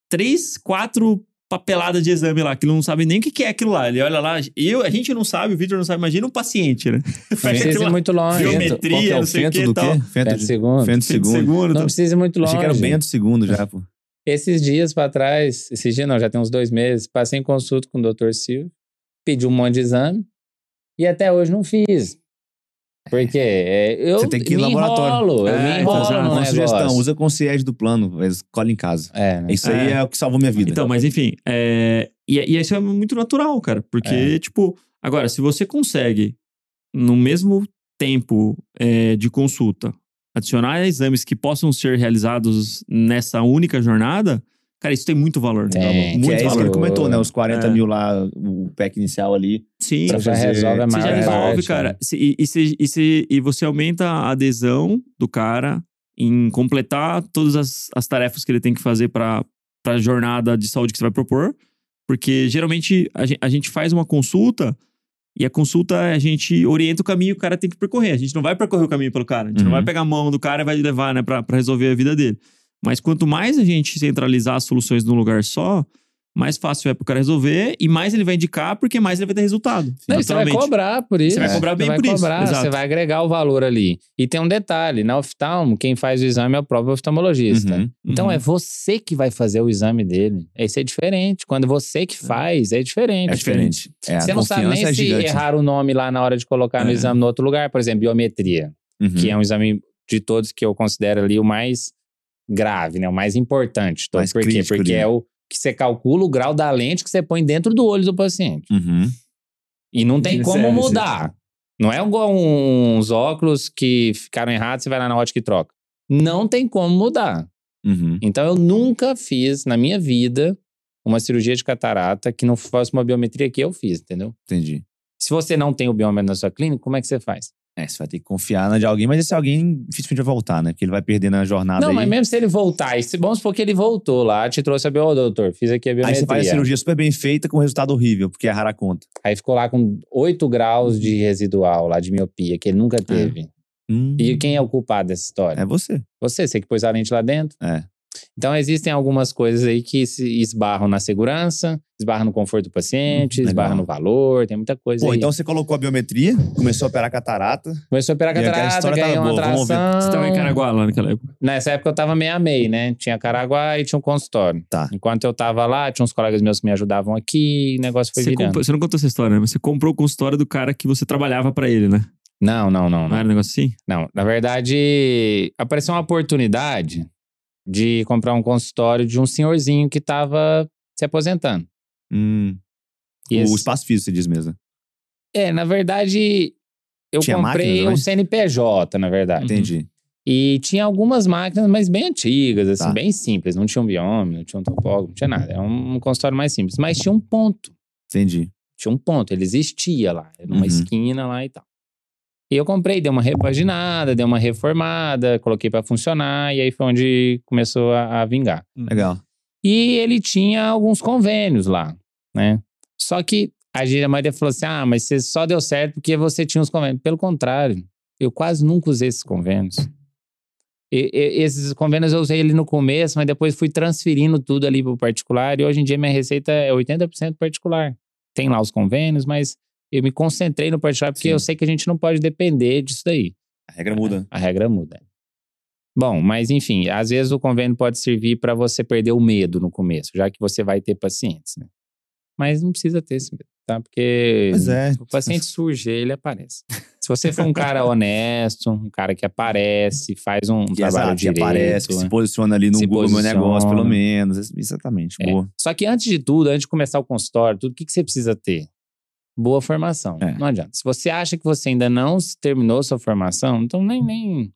B: três, quatro papeladas de exame lá, que ele não sabe nem o que que é aquilo lá. Ele olha lá, eu, a gente não sabe, o Vitor não sabe, imagina um paciente, né?
C: Não
B: Fecha *laughs*
C: precisa
B: aquilo
C: ir
B: lá,
C: muito longe.
B: Geometria,
A: Qual que é
B: não
A: o
B: sei o
A: fento
B: que e
A: do
B: tal.
A: quê? Fento
C: Bento
A: de... Fento
C: segundo.
B: Fento
A: um segundo.
B: segundo,
C: Não
B: tá?
C: precisa ir muito longe.
A: Achei que era o Bento segundo já, pô.
C: Esses dias pra trás, esses dias não, já tem uns dois meses, passei em consulta com o Dr. Silvio, pedi um monte de exame e até hoje não fiz. Porque é, eu
A: Você tem que ir
C: me
A: no laboratório.
C: enrolo, eu me
B: É,
C: enrolo
A: Então,
C: no
A: uma sugestão,
C: negócio.
A: usa concierge do plano, escolhe em casa.
C: É, né?
A: Isso aí
B: É.
A: é o que salvou minha vida.
B: Então, mas enfim, é, e, e isso é muito natural, cara, porque,
A: É.
B: tipo, agora, se você consegue, no mesmo tempo é, de consulta, adicionar exames que possam ser realizados nessa única jornada, cara, isso tem muito valor.
C: Tem.
A: que
B: Muito
A: é isso que
B: valor.
A: ele comentou, né? Os 40
B: É.
A: mil lá, o pack inicial ali.
B: Sim.
C: Isso já
A: fazer-
C: resolve a
A: Você
B: Você já
C: maior
B: resolve,
C: parte,
B: cara.
C: né?
B: Se- E, e se- e se- e você aumenta a adesão do cara em completar todas as, as tarefas que ele tem que fazer para a jornada de saúde que você vai propor. Porque geralmente a gen- a gente, faz uma consulta e a consulta a gente orienta o caminho que o cara tem que percorrer. A gente não vai percorrer o caminho pelo cara. A gente não
A: Uhum.
B: vai pegar a mão do cara e vai levar, né, pra, pra resolver a vida dele. Mas quanto mais a gente centralizar as soluções num lugar só, mais fácil é pro cara resolver e mais ele vai indicar, porque mais ele vai ter resultado.
C: Não, e é você vai
B: naturalmente.
C: cobrar por isso. né?
B: Você vai
A: É.
B: cobrar bem
C: Você vai
B: por
C: cobrar,
B: isso.
C: Você
B: Exato.
C: vai agregar o valor ali. E tem um detalhe: na oftalmo, quem faz o exame é o próprio oftalmologista.
A: Uhum.
C: Então
B: Uhum.
C: é você que vai fazer o exame dele. Isso é diferente. Quando você que faz, é diferente.
A: É diferente. É, a
C: Você não sabe
A: confiança
C: nem
A: é
C: se
A: gigante.
C: errar o nome lá na hora de colocar no
B: É.
C: exame no outro lugar. Por exemplo, biometria,
A: Uhum.
C: que é um exame de todos que eu considero ali o mais grave, né? O mais importante. de todos.
A: Mais
C: Por quê?
A: crítico
C: Porque
A: ali.
C: é o que você calcula o grau da lente que você põe dentro do olho do paciente.
A: Uhum.
C: E não tem
A: Ele
C: como é
A: serve,
C: mudar. Não é igual uns óculos que ficaram errados, você vai lá na ótica e troca. não tem como mudar.
A: Uhum.
C: Então eu nunca fiz na minha vida uma cirurgia de catarata que não fosse uma biometria que eu fiz, entendeu?
A: Entendi.
C: Se você não tem o biômetro na sua clínica, como é que você faz?
A: É, você vai ter que confiar na de alguém, mas esse alguém dificilmente vai voltar, né? Porque ele vai perder na jornada
C: não,
A: aí.
C: mas mesmo se ele voltar, e se, vamos supor que ele voltou lá, te trouxe a bio, "Ô, doutor, fiz aqui a
A: Aí
C: biometria.
A: você faz a
C: é.
A: cirurgia super bem feita com resultado horrível, porque é rara a conta.
C: Aí ficou lá com 8 graus
A: Uhum.
C: de residual lá, de miopia, que ele nunca teve.
A: Hum,
C: E quem é o culpado dessa história?
A: Ah. É você.
C: Você, você que pôs a lente lá dentro.
A: É.
C: Então existem algumas coisas aí que se esbarram na segurança, esbarram no conforto do paciente,
A: Uhum, Legal.
C: esbarram no valor, tem muita coisa
A: Pô,
C: aí.
A: então você colocou a biometria, começou a operar catarata.
C: Começou a operar
A: E aquela
C: catarata,
A: história tava
C: ganhou uma
A: boa, vamos ouvir.
C: atração.
B: Você tava em Caraguá lá naquela época.
C: Nessa época eu tava meio a meio, né? Tinha Caraguá e tinha um consultório.
A: Tá.
C: Enquanto eu tava lá, tinha uns colegas meus que me ajudavam aqui, o negócio foi
B: Você,
C: virando.
B: comprou- você não contou essa história, né? Mas você comprou o consultório do cara que você trabalhava pra ele, né?
C: Não, não, não,
B: Não
C: não,
B: era um negócio assim?
C: não. Na verdade, apareceu uma oportunidade de comprar um consultório de um senhorzinho que tava se aposentando.
A: Hum,
C: E
A: o
C: esse-
A: espaço físico, você diz mesmo.
C: É, na verdade, eu
A: Tinha máquina
C: comprei
A: também?
C: um CNPJ, na verdade.
A: Entendi.
C: E tinha algumas máquinas, mas bem antigas, assim,
A: Tá.
C: bem simples. Não tinha um biômetro, não tinha um topógrafo, não tinha nada. Era um, um consultório mais simples. Mas tinha um ponto.
A: Entendi.
C: Tinha um ponto, ele existia lá, era numa
A: Uhum.
C: esquina lá e tal. E eu comprei, dei uma repaginada, dei uma reformada, coloquei pra funcionar, e aí foi onde começou a- a vingar.
A: Legal.
C: E ele tinha alguns convênios lá, né? Só que a Gíria Maria falou assim: ah, mas você só deu certo porque você tinha os convênios. Pelo contrário, eu quase nunca usei esses convênios. E- e- esses convênios eu usei ele no começo, mas depois fui transferindo tudo ali pro particular. E hoje em dia minha receita é 80% particular. Tem lá os convênios, mas eu me concentrei no particular porque
A: Sim.
C: eu sei que a gente não pode depender disso daí.
A: A regra muda.
C: A regra muda. Bom, mas enfim, às vezes o convênio pode servir para você perder o medo no começo, já que você vai ter pacientes, né? Mas não precisa ter esse medo, tá? Porque
A: Pois é.
C: o paciente surge, ele aparece. Se você for um cara honesto, um cara que aparece, faz um
A: Que
C: trabalho
A: exato, que
C: direito, né? é.
A: aparece, que se posiciona ali no
C: Se
A: Google
C: posiciona.
A: Meu Negócio, pelo menos. Ex- Exatamente.
C: É.
A: Boa.
C: Só que antes de tudo, antes de começar o consultório, tudo, o que, que você precisa ter? Boa formação.
A: É.
C: Não adianta. Se você acha que você ainda não se- terminou sua formação, então nem, nem,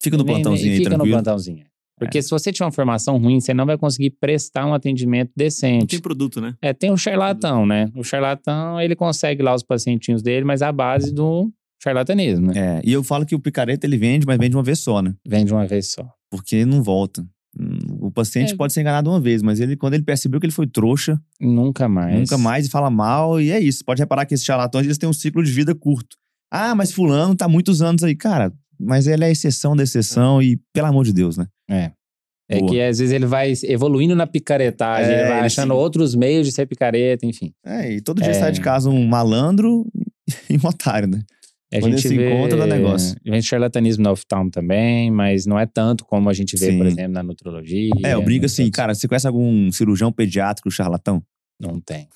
A: Fica no
C: Nem- nem-
A: plantãozinho aí,
C: fica no
A: tranquilo. É.
C: plantãozinho. Porque se você tiver uma formação ruim, você não vai conseguir prestar um atendimento
B: Não
C: decente.
A: Tipo,
B: tem produto, né?
C: É, tem o charlatão, né? O charlatão, ele consegue lá os pacientinhos dele, mas a base do charlatanismo, né?
A: É, e eu falo que o picareta ele vende, mas vende uma vez só, né?
C: Vem de uma vez só.
A: Porque não volta. Hum, O paciente
C: É.
A: pode ser enganado uma vez, mas ele quando ele percebeu que ele foi trouxa,
C: Nunca mais.
A: nunca mais e fala mal, e é isso. Pode reparar que esses charlatões eles têm um ciclo de vida curto. Ah, mas fulano tá muitos anos aí. Cara, mas ele é exceção da exceção e, pelo amor de Deus, né?
C: É
A: Boa.
C: que às vezes ele vai evoluindo na picaretagem,
A: É,
C: ele vai
A: ele
C: achando
A: se-
C: outros meios de ser picareta, enfim.
A: É, e todo dia
C: É.
A: sai de casa um malandro *laughs* e um otário, né?
C: A
A: Quando
C: gente
A: ele se
C: vê,
A: encontra, dá negócio.
C: Vem charlatanismo na oftalmo também, mas não é tanto como a gente vê, por
A: Sim.
C: exemplo, na nutrologia.
A: É, eu brinco
C: né?
A: assim, cara, você conhece algum cirurgião pediátrico charlatão?
C: Não
A: *laughs*
C: tem.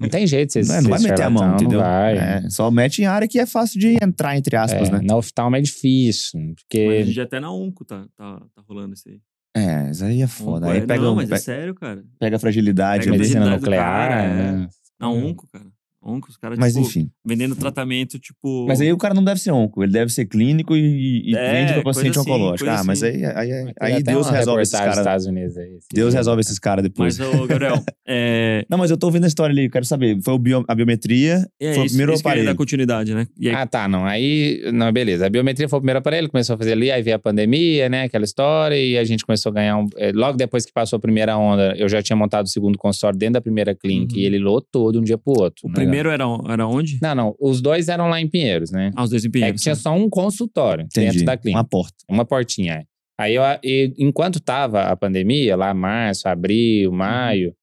C: Não tem jeito, vocês
A: Não, é, não vai meter a mão, entendeu?
C: Não vai.
A: É, só mete em área que é fácil de entrar, entre aspas,
C: É,
A: né?
C: Na oftalma é difícil,
B: Mas
C: porque
B: hoje até na Unco tá, tá, tá rolando isso aí.
A: É, isso aí é foda.
B: Unco,
A: Aí
B: é-
A: pega,
B: não,
A: um-
B: mas é
A: pe-
B: sério, cara.
A: pega a fragilidade.
B: Pega a
A: ali. né?
B: fragilidade.
C: medicina
B: habilidade do
C: nuclear.
A: é
B: cara,
C: né?
B: Na
C: Hum.
B: Unco, cara. Unco, os caras,
A: Uhum. Mas
B: tipo,
A: enfim.
B: vendendo tratamento, tipo...
A: Mas aí o cara não deve ser onco, ele deve ser clínico e, e
B: É,
A: clínico pra
B: coisa
A: paciente
B: assim,
A: oncológico.
B: coisa
A: Ah, mas aí,
B: assim.
A: aí, aí,
C: Tem até
A: Deus
C: uma
A: resolve esses
C: reportagem dos
A: caras.
C: Estados Unidos aí. assim, né? esse
A: Deus
C: dia.
A: resolve esses caras depois.
B: Mas,
A: *laughs*
B: ô, Gabriel, é...
A: Não, mas eu tô ouvindo a história ali, quero saber. Foi o bio- a biometria,
B: e é
A: foi o
B: isso,
A: primeiro
B: isso que eu ia
A: aparelho.
B: dar continuidade, né? E aí,
C: Ah, tá, não. Aí, não, beleza. A biometria foi o primeiro aparelho, começou a fazer ali, aí veio a pandemia, né? Aquela história, e a gente começou a ganhar um. eh, Logo depois que passou a primeira onda, eu já tinha montado o segundo consultório dentro da primeira clínica
B: Uhum.
C: e ele lotou de um dia pro
B: o
C: outro. né?
B: primeiro era, era onde?
C: Não, não. Os dois eram lá em Pinheiros, né?
B: Ah, os dois em
C: É
B: Pinheiros.
C: que tinha só um consultório dentro da clínica.
A: Uma porta.
C: Uma portinha. é. Aí, eu, e enquanto tava a pandemia, lá março, abril, maio,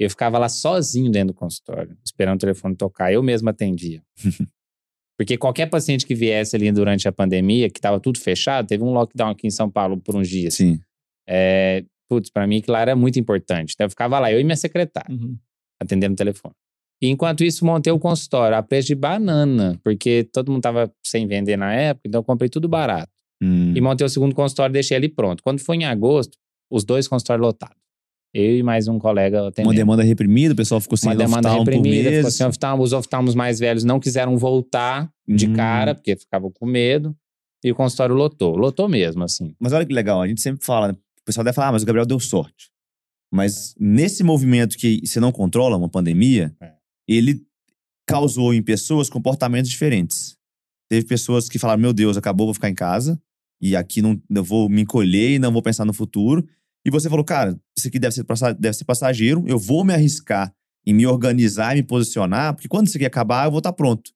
C: eu ficava lá sozinho dentro do consultório, esperando o telefone tocar. Eu mesmo atendia. *laughs* Porque qualquer paciente que viesse ali durante a pandemia, que tava tudo fechado, teve um lockdown aqui em São Paulo por uns dias.
A: Sim.
C: É, putz, pra mim, claro, era muito importante. Então, eu ficava lá, eu e minha secretária
B: Uhum.
C: atendendo o telefone. E enquanto isso, montei o consultório a preço de banana, porque todo mundo tava sem vender na época, então eu comprei tudo barato.
A: Hum.
C: E montei o segundo consultório, deixei ele pronto. Quando foi em agosto, os dois consultórios lotados. Eu e mais um colega
A: Uma assim,
C: atendendo.
A: demanda reprimida, o pessoal ficou sem
C: Uma demanda
A: oftalmo
C: reprimida,
A: por um
C: ficou assim,
A: mês.
C: sem oftalmo. Os oftalmos mais velhos não quiseram voltar de
A: Hum.
C: cara, porque ficavam com medo. e o consultório lotou. Lotou mesmo, assim.
A: Mas olha que legal, a gente sempre fala, né? o pessoal deve falar, ah, mas o Gabriel deu sorte. Mas nesse movimento que você não controla, uma pandemia,
C: É.
A: ele causou em pessoas comportamentos diferentes. Teve pessoas que falaram, meu Deus, acabou, vou ficar em casa. E aqui não, eu vou me encolher e não vou pensar no futuro. E você falou, cara, isso aqui deve ser, passa- deve ser passageiro. Eu vou me arriscar em me organizar e me posicionar. Porque quando isso aqui acabar, eu vou estar pronto.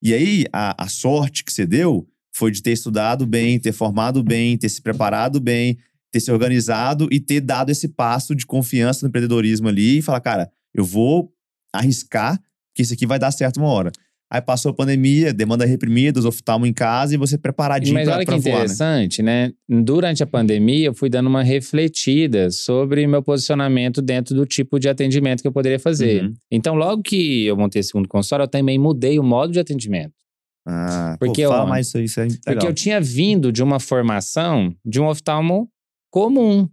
A: E aí, a- a sorte que você deu foi de ter estudado bem, ter formado bem, ter se preparado bem, ter se organizado e ter dado esse passo de confiança no empreendedorismo ali e falar, cara, eu vou arriscar que isso aqui vai dar certo uma hora. Aí passou a pandemia, demanda reprimida, os oftalmo em casa e você preparadinho
C: Mas
A: pra,
C: olha que
A: pra voar, né?
C: interessante, né? Durante a pandemia, eu fui dando uma refletida sobre meu posicionamento dentro do tipo de atendimento que eu poderia fazer.
A: Uhum.
C: Então, logo que eu montei esse segundo consultório, eu também mudei o modo de atendimento.
A: Ah,
C: Porque,
A: pô, fala
C: ó,
A: mais isso aí, isso é
C: Porque
A: legal.
C: eu tinha vindo de uma formação de um oftalmo comum.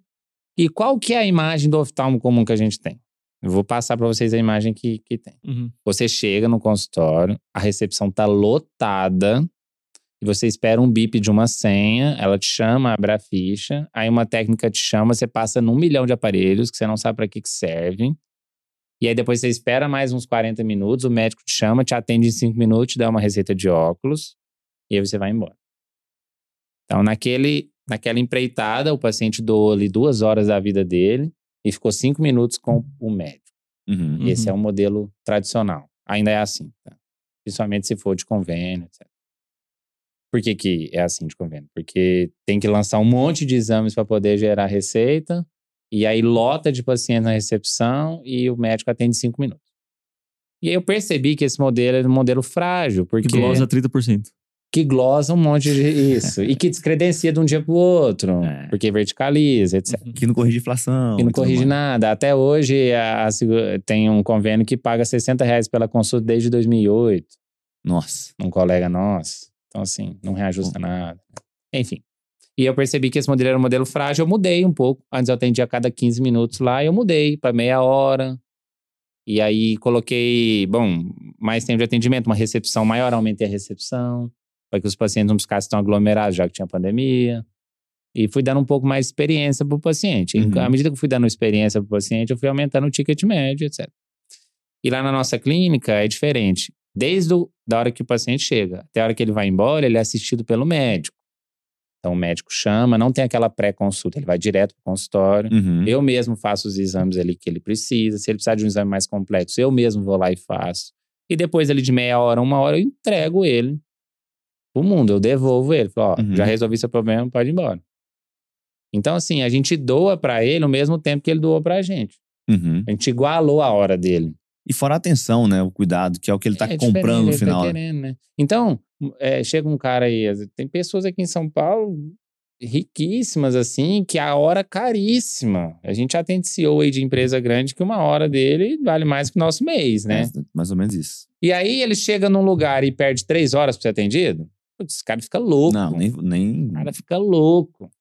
C: E qual que é a imagem do oftalmo comum que a gente tem? Eu vou passar para vocês a imagem que, que tem.
B: Uhum.
C: Você chega no consultório, a recepção tá lotada, e você espera um bip de uma senha, ela te chama, abre a ficha, aí uma técnica te chama, você passa num milhão de aparelhos que você não sabe para que que servem. E aí depois você espera mais uns 40 minutos, o médico te chama, te atende em 5 minutos, te dá uma receita de óculos, e aí você vai embora. Então, naquele, naquela empreitada, o paciente doou ali duas horas da vida dele e ficou cinco minutos com o médico.
A: Uhum.
B: Uhum.
C: Esse é um modelo tradicional. Ainda é assim, tá? Principalmente se for de convênio, etc. Por que, que é assim de convênio? Porque tem que lançar um monte de exames para poder gerar receita, e aí lota de pacientes na recepção e o médico atende cinco minutos. E aí eu percebi que esse modelo é um modelo frágil, porque
B: Que
A: é
B: glosa 30%.
C: que glosa um
B: *laughs*
C: monte de isso, e que descredencia de um dia para o outro,
A: É.
C: porque verticaliza, etc.
B: Uhum.
A: Que não corrige inflação.
C: E não
A: tudo
C: corrige
A: mais.
C: nada. Até hoje a- a segu- tem um convênio que paga 60 reais pela consulta desde 2008,
A: Nossa.
C: um colega nosso. Então, assim, não reajusta
A: Hum.
C: nada. Enfim. E eu percebi que esse modelo era um modelo frágil, eu mudei um pouco. Antes eu atendia a cada 15 minutos lá, eu mudei para meia hora. E aí coloquei, bom, mais tempo de atendimento, uma recepção maior, aumentei a recepção, para que os pacientes não ficassem tão aglomerados, já que tinha pandemia. E fui dando um pouco mais de experiência para o paciente. E
A: Uhum.
C: À medida que eu fui dando experiência para o paciente, eu fui aumentando o ticket médio, etc. E lá na nossa clínica é diferente. Desde o, da hora que o paciente chega até a hora que ele vai embora, ele é assistido pelo médico. Então o médico chama, não tem aquela pré-consulta, ele vai direto para o consultório.
A: Uhum.
C: Eu mesmo faço os exames ali que ele precisa. Se ele precisar de um exame mais complexo, eu mesmo vou lá e faço. E depois ali de meia hora, uma hora, eu entrego ele pro mundo. Eu devolvo ele. Falo, ó,
A: Uhum.
C: já resolvi seu problema, pode ir embora. Então, assim, a gente doa pra ele o mesmo tempo que ele doou pra gente.
A: Uhum.
C: A gente igualou a hora dele.
A: E fora a atenção, né? O cuidado, que é o que ele tá
C: É diferente,
A: comprando no
C: ele tá
A: final. né?
C: querendo, né? Então, é, chega um cara aí, às vezes, tem pessoas aqui em São Paulo riquíssimas, assim, que a hora é caríssima. A gente já tem CEO aí de empresa grande que uma hora dele vale mais que o nosso mês, né?
A: É, mais ou menos isso.
C: E aí ele chega num lugar e perde três horas pra ser atendido, putz, esse cara fica louco.
A: Não, nem. nem...
C: O cara fica louco.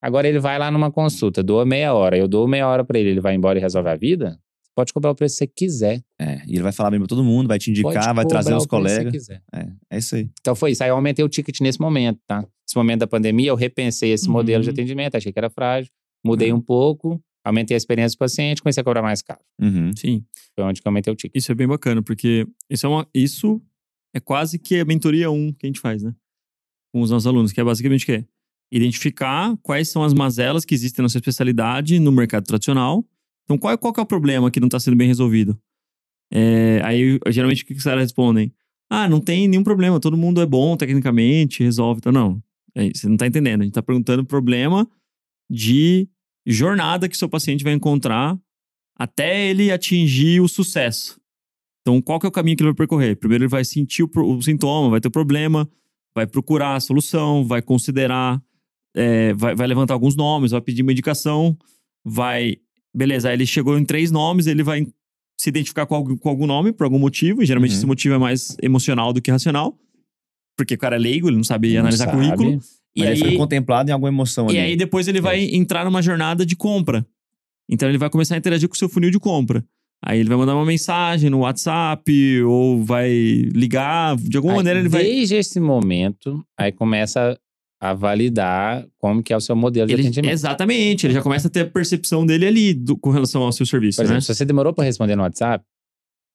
C: Agora ele vai lá numa consulta, doa meia hora, eu dou meia hora pra ele, ele vai embora e resolve a vida? Pode cobrar o preço que você quiser.
A: É, e ele vai falar bem pra todo mundo, vai te
C: Pode
A: indicar, vai trazer
C: cobrar
A: os
C: o preço que você
A: colegas.
C: quiser.
A: É isso aí.
C: Então foi isso. Aí eu aumentei o ticket nesse momento, tá? Nesse momento da pandemia, eu repensei esse
B: Uhum. É.
C: modelo de atendimento, achei que era frágil, mudei um pouco, aumentei a experiência do paciente, comecei a cobrar mais caro.
A: Uhum.
B: Sim.
C: Foi onde que eu aumentei o ticket.
B: Isso é bem bacana, porque isso é, uma, isso é quase que a mentoria 1 que a gente faz, né? Com os nossos alunos, que é basicamente o quê? Identificar quais são as mazelas que existem na sua especialidade no mercado tradicional. Então, qual, é- qual que é o problema que não está sendo bem resolvido? É, aí, geralmente, o que que os caras respondem? Ah, não tem nenhum problema, todo mundo é bom tecnicamente, resolve. Então, não, é, você não tá entendendo. A gente tá perguntando o problema de jornada que seu paciente vai encontrar até ele atingir o sucesso. Então, qual que é o caminho que ele vai percorrer? Primeiro, ele vai sentir o, pro- o sintoma, vai ter o problema, vai procurar a solução, vai considerar, é, vai, vai levantar alguns nomes, vai pedir medicação, vai. Beleza, aí ele chegou em três nomes, ele vai se identificar com algum, com algum nome, por algum motivo, e geralmente
A: Uhum.
B: esse motivo é mais emocional do que racional, porque o cara é leigo, ele não sabe
C: Não
B: analisar
C: sabe.
B: currículo. E
A: Mas ele foi
B: aí,
A: contemplado em alguma
C: um
A: emoção
B: e
A: ali.
B: aí depois ele
C: É.
B: vai entrar numa jornada de compra. Então ele vai começar a interagir com o seu funil de compra. Aí ele vai mandar uma mensagem no WhatsApp, ou vai ligar, de alguma
C: Aí,
B: maneira ele vai.
C: Desde esse momento, aí começa a validar como que é o seu modelo de
B: Ele-
C: atendimento.
B: exatamente, ele já começa a ter a percepção dele ali do- com relação ao seu serviço,
C: Por exemplo,
B: né?
C: se você demorou para responder no WhatsApp,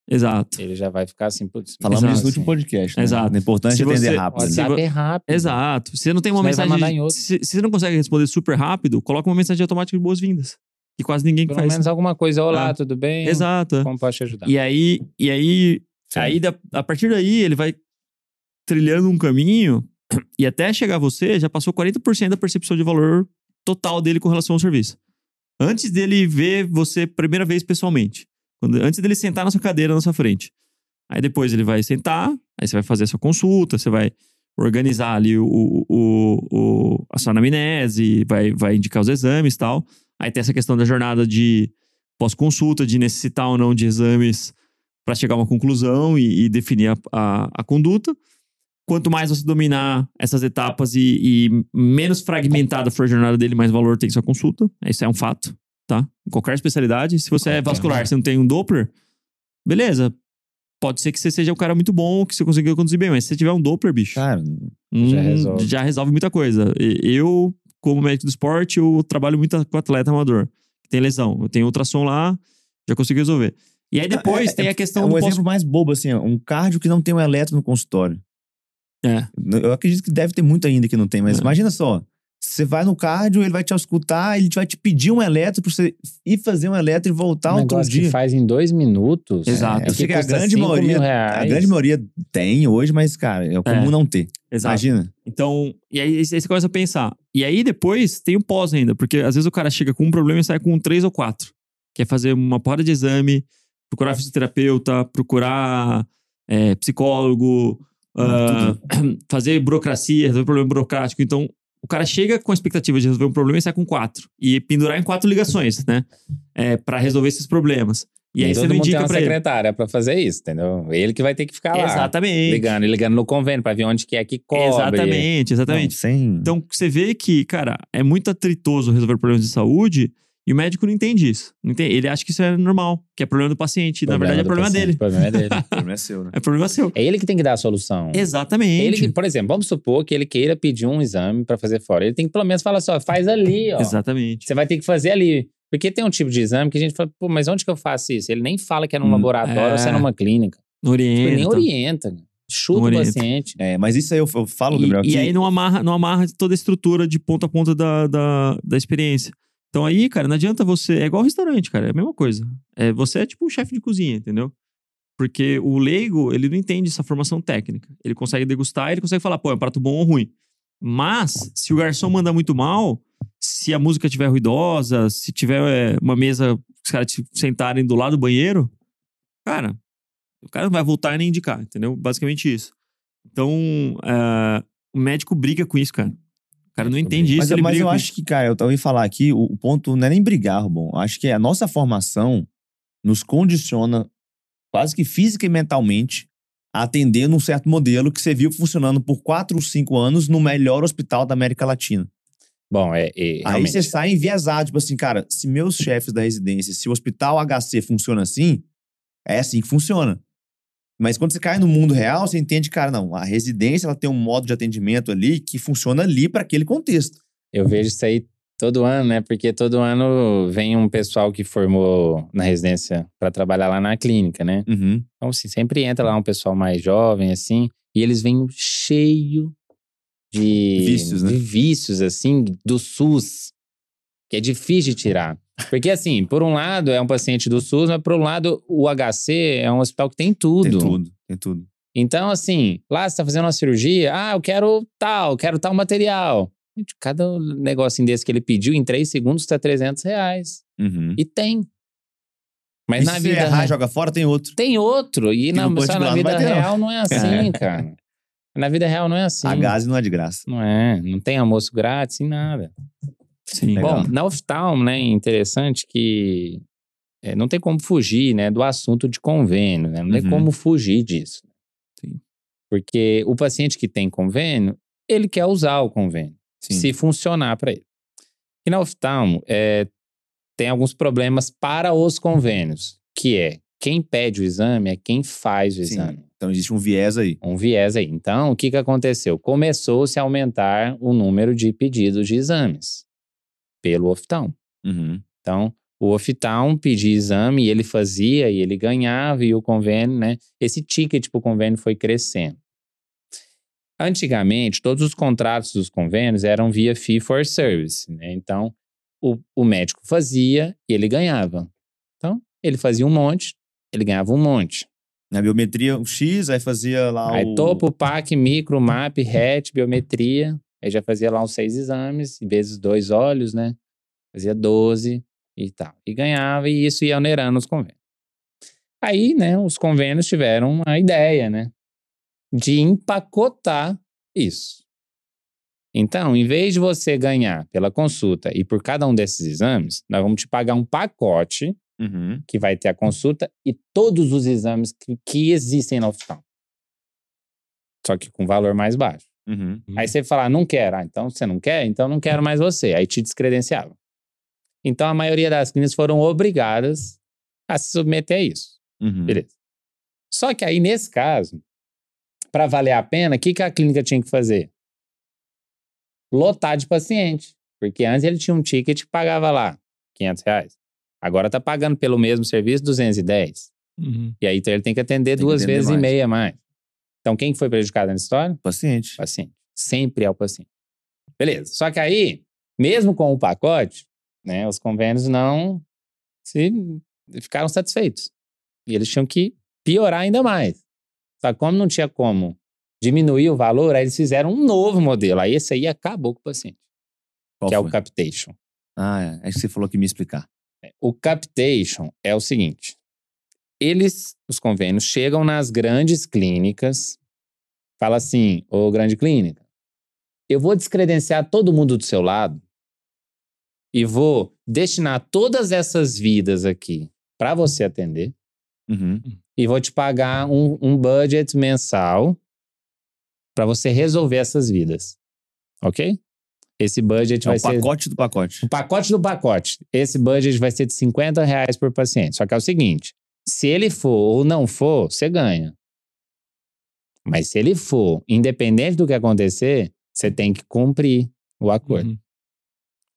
C: é.
B: Exato.
C: ele já vai ficar assim, putz,
A: Falamos
B: Exato.
A: disso no último podcast. Né?
B: Exato.
A: O importante
B: Se
A: é atender
B: você-
C: o
A: rápido.
B: se
C: WhatsApp é rápido.
B: Exato. Se você não tem uma
C: Senão ele vai
B: mensagem.
C: mandar em outro.
B: Se, se você não consegue responder super rápido, coloca uma mensagem automática de boas-vindas. Que quase ninguém
C: Pelo
B: faz.
C: menos um. alguma coisa. Olá,
B: Ah.
C: tudo bem?
B: Exato. é.
C: Como posso te ajudar?
B: E aí, e aí,
A: Sim.
B: aí da- a partir daí, ele vai trilhando um caminho *clears throat* e até chegar a você, já passou 40% da percepção de valor total dele com relação ao serviço. Antes dele ver você primeira vez pessoalmente. Quando- antes dele sentar na sua cadeira, na sua frente. Aí depois ele vai sentar, aí você vai fazer a sua consulta, você vai organizar ali o, o- o- o- a sua anamnese, vai, vai indicar os exames e tal. Aí tem essa questão da jornada de pós-consulta, de necessitar ou não de exames para chegar a uma conclusão e, e definir a, a- a conduta. Quanto mais você dominar essas etapas e, e menos fragmentada for a jornada dele, mais valor tem sua consulta. Isso é um fato, tá? Em qualquer especialidade. Se você é
C: Qualquer,
B: vascular, você não tem um Doppler, beleza. Pode ser que você seja um cara muito bom, que você conseguiu conduzir bem, mas se você tiver um Doppler, bicho.
A: Cara,
B: Hum,
C: Já resolve.
B: já resolve muita coisa. E- Eu, como médico do esporte, eu trabalho muito com atleta amador. que Tem lesão. Eu tenho ultrassom lá, já consigo resolver. E aí depois
A: É-
B: tem
A: é
B: a
C: Então,
B: questão
A: um
B: do
A: exemplo
B: pós...
A: mais bobo, assim, ó, um cardio que não tem um eletro no consultório.
B: É.
A: Eu acredito que deve ter muito ainda que não tem, mas
B: É.
A: imagina só. Você vai no cardio, ele vai te escutar, ele vai te pedir um eletro pra você ir fazer um eletro e voltar
C: um
A: outro
C: negócio
A: dia.
C: que faz em dois minutos.
B: Exato.
C: É,
A: Eu sei que a
C: custa
A: grande
C: cinco
A: maioria-
C: mil
A: A
C: reais.
A: grande maioria tem hoje, mas, cara, é comum não ter.
B: Exato.
A: Imagina.
B: Então, e aí, aí você começa a pensar. E aí depois tem o pós ainda, porque às vezes o cara chega com um problema e sai com três ou quatro. Quer fazer uma porra de exame,
C: É.
B: procurar fisioterapeuta, procurar é, psicólogo,
C: É,
B: ah, *clears throat* fazer burocracia, resolver problema burocrático. Então, o cara chega com a expectativa de resolver um problema e sai com quatro. E pendurar em quatro ligações, né? É, para resolver esses problemas. E, aí
C: todo
B: você não
C: mundo tem
B: indica
C: uma
B: pra ele.
C: secretária pra fazer isso, entendeu? Ele que vai ter que ficar lá.
B: Exatamente.
C: Ligando, e ligando no convênio pra ver onde que é que cobre.
B: Exatamente, exatamente.
A: Não, sem...
B: Então, você vê que, cara, é muito atritoso resolver problemas de saúde e o médico não entende isso. Não entende- Ele acha que isso é normal, que é problema do paciente.
C: Problema
B: Na verdade, é
C: do
B: problema
C: paciente,
B: dele.
C: problema é dele.
A: O *laughs* problema é seu, né?
B: É problema seu.
C: É ele que tem que dar a solução. Ele
B: Exatamente.
C: que, por exemplo, vamos supor que ele queira pedir um exame pra fazer fora. Ele tem que pelo menos falar só, faz ali, ó.
B: Exatamente.
C: Você vai ter que fazer ali. Porque tem um tipo de exame que a gente fala, pô, mas onde que eu faço isso? Ele nem fala que é num
A: Hum,
C: laboratório
B: é.
C: ou se é numa clínica.
B: Não
C: Tipo,
B: orienta.
C: Ele nem orienta. Chuta
B: Não
C: o
B: orienta.
C: paciente.
A: É, mas isso aí eu, eu falo,
B: E-
A: Gabriel, assim
B: e,
A: que
B: aí não amarra, não amarra toda a estrutura de ponta a ponta da, da, da experiência. Então aí, cara, não adianta você. É igual restaurante, cara, é a mesma coisa. É, você é tipo um chefe de cozinha, entendeu? Porque o leigo, ele não entende essa formação técnica. Ele consegue degustar, ele consegue falar, pô, é um prato bom ou ruim. Mas, se o garçom mandar muito mal, se a música tiver ruidosa, se tiver é, uma mesa, os caras te sentarem do lado do banheiro, cara, o cara não vai voltar nem indicar, entendeu? Basicamente isso. Então, ah, o médico briga com isso, cara. O cara não entende
A: Mas,
B: isso,
A: eu-
B: ele
A: mas
B: briga
A: eu
B: com
A: acho
B: isso.
A: que, cara, eu também falar aqui, o, o ponto não é nem brigar, Rubão. Acho que é a nossa formação nos condiciona quase que física e mentalmente a atender num certo modelo que você viu funcionando por 4 ou 5 anos no melhor hospital da América Latina.
C: Bom, é, é
A: Aí
C: realmente.
A: você sai enviesado, tipo assim, cara, se meus chefes da residência, se o hospital HC funciona assim, é assim que funciona. Mas quando você cai no mundo real, você entende, cara, não, a residência ela tem um modo de atendimento ali que funciona ali para aquele contexto.
C: Eu vejo isso aí todo ano, né? Porque todo ano vem um pessoal que formou na residência pra trabalhar lá na clínica, né?
A: Uhum.
C: Então, assim, sempre entra lá um pessoal mais jovem, assim, e eles vêm cheio de
A: Vícios, né?
C: de vícios, assim, do SUS, que é difícil de tirar. Porque, assim, por um lado é um paciente do SUS, mas por um lado o HC é um hospital que tem tudo.
A: Tem tudo, tem tudo.
C: Então, assim, lá você tá fazendo uma cirurgia, ah, eu quero tal, quero tal material. Gente, Cada negocinho desse que ele pediu, em três segundos, tá 300 reais.
A: Uhum.
C: E tem. Mas
A: E
C: na
A: se
C: vida
A: errar, joga fora, tem outro.
C: tem outro. E na,
A: no
C: só na
A: particular não
C: vida
A: vai ter, não.
C: real não é assim, cara. Na vida real não é assim.
A: A gase não é de graça.
C: Não é, não tem almoço grátis e nada.
B: Sim.
A: Legal.
C: Bom, na oftalm, né, é interessante que é, não tem como fugir, né, do assunto de convênio, né? Não tem
A: Uhum.
C: como fugir disso.
B: Sim.
C: Porque o paciente que tem convênio, ele quer usar o convênio
A: Sim.
C: se funcionar para ele. E na oftalmo, é, tem alguns problemas para os convênios, que é Quem pede o exame é quem faz o
A: Sim.
C: exame.
A: Então existe um viés aí.
C: Um viés aí. Então, o que, que aconteceu? Começou-se a aumentar o número de pedidos de exames pelo oftalm.
A: Uhum.
C: Então, o oftalm pedia exame e ele fazia e ele ganhava e o convênio, né? Esse ticket para o convênio foi crescendo. Antigamente, todos os contratos dos convênios eram via fee for service, né? Então, o, o médico fazia e ele ganhava. Então, ele fazia um monte, ele ganhava um monte.
A: Na biometria, o X, aí fazia lá
C: Aí
A: o...
C: topo, PAC, micro, MAP, RET, biometria. Aí já fazia lá uns seis exames, vezes dois olhos, né? Fazia 12 e tal. E ganhava, e isso ia onerando os convênios. Aí, né, os convênios tiveram uma ideia, né? De empacotar isso. Então, em vez de você ganhar pela consulta e por cada um desses exames, nós vamos te pagar um pacote
A: Uhum.
C: que vai ter a consulta e todos os exames que, que existem na oftalm. Só que com valor mais baixo.
A: Uhum.
C: Aí você fala, não quero. Ah, então você não quer? Então não quero mais você. Aí te descredenciava. Então a maioria das clínicas foram obrigadas a se submeter a isso.
A: Uhum.
C: Beleza. Só que aí, nesse caso, para valer a pena, o que, que a clínica tinha que fazer? Lotar de paciente. Porque antes ele tinha um ticket que pagava lá 500 reais. Agora tá pagando pelo mesmo serviço 210.
B: Uhum.
C: E aí então, ele tem que atender
A: Tem que
C: duas
A: atender
C: vezes
A: mais.
C: e meia mais. Então quem que foi prejudicado nessa história?
A: Paciente.
C: O paciente. Sempre é o paciente. Beleza. Só que aí, mesmo com o pacote, né, os convênios não se ficaram satisfeitos. E eles tinham que piorar ainda mais. Só que como não tinha como diminuir o valor, aí eles fizeram um novo modelo. Aí esse aí acabou com o paciente,
A: Qual
C: que é
A: foi?
C: o capitation.
A: Ah, é. Aí você falou que me ia explicar.
C: O capitation é o seguinte: eles, os convênios, chegam nas grandes clínicas, fala assim, ô grande clínica, eu vou descredenciar todo mundo do seu lado e vou destinar todas essas vidas aqui para você atender
A: Uhum.
C: e vou te pagar um, um budget mensal para você resolver essas vidas, ok? Esse budget
A: É
C: vai
A: o
C: ser
A: pacote do pacote.
C: o pacote do pacote. Esse budget vai ser de 50 reais por paciente. Só que é o seguinte: se ele for ou não for, você ganha. Mas se ele for, independente do que acontecer, você tem que cumprir o acordo.
B: Uhum.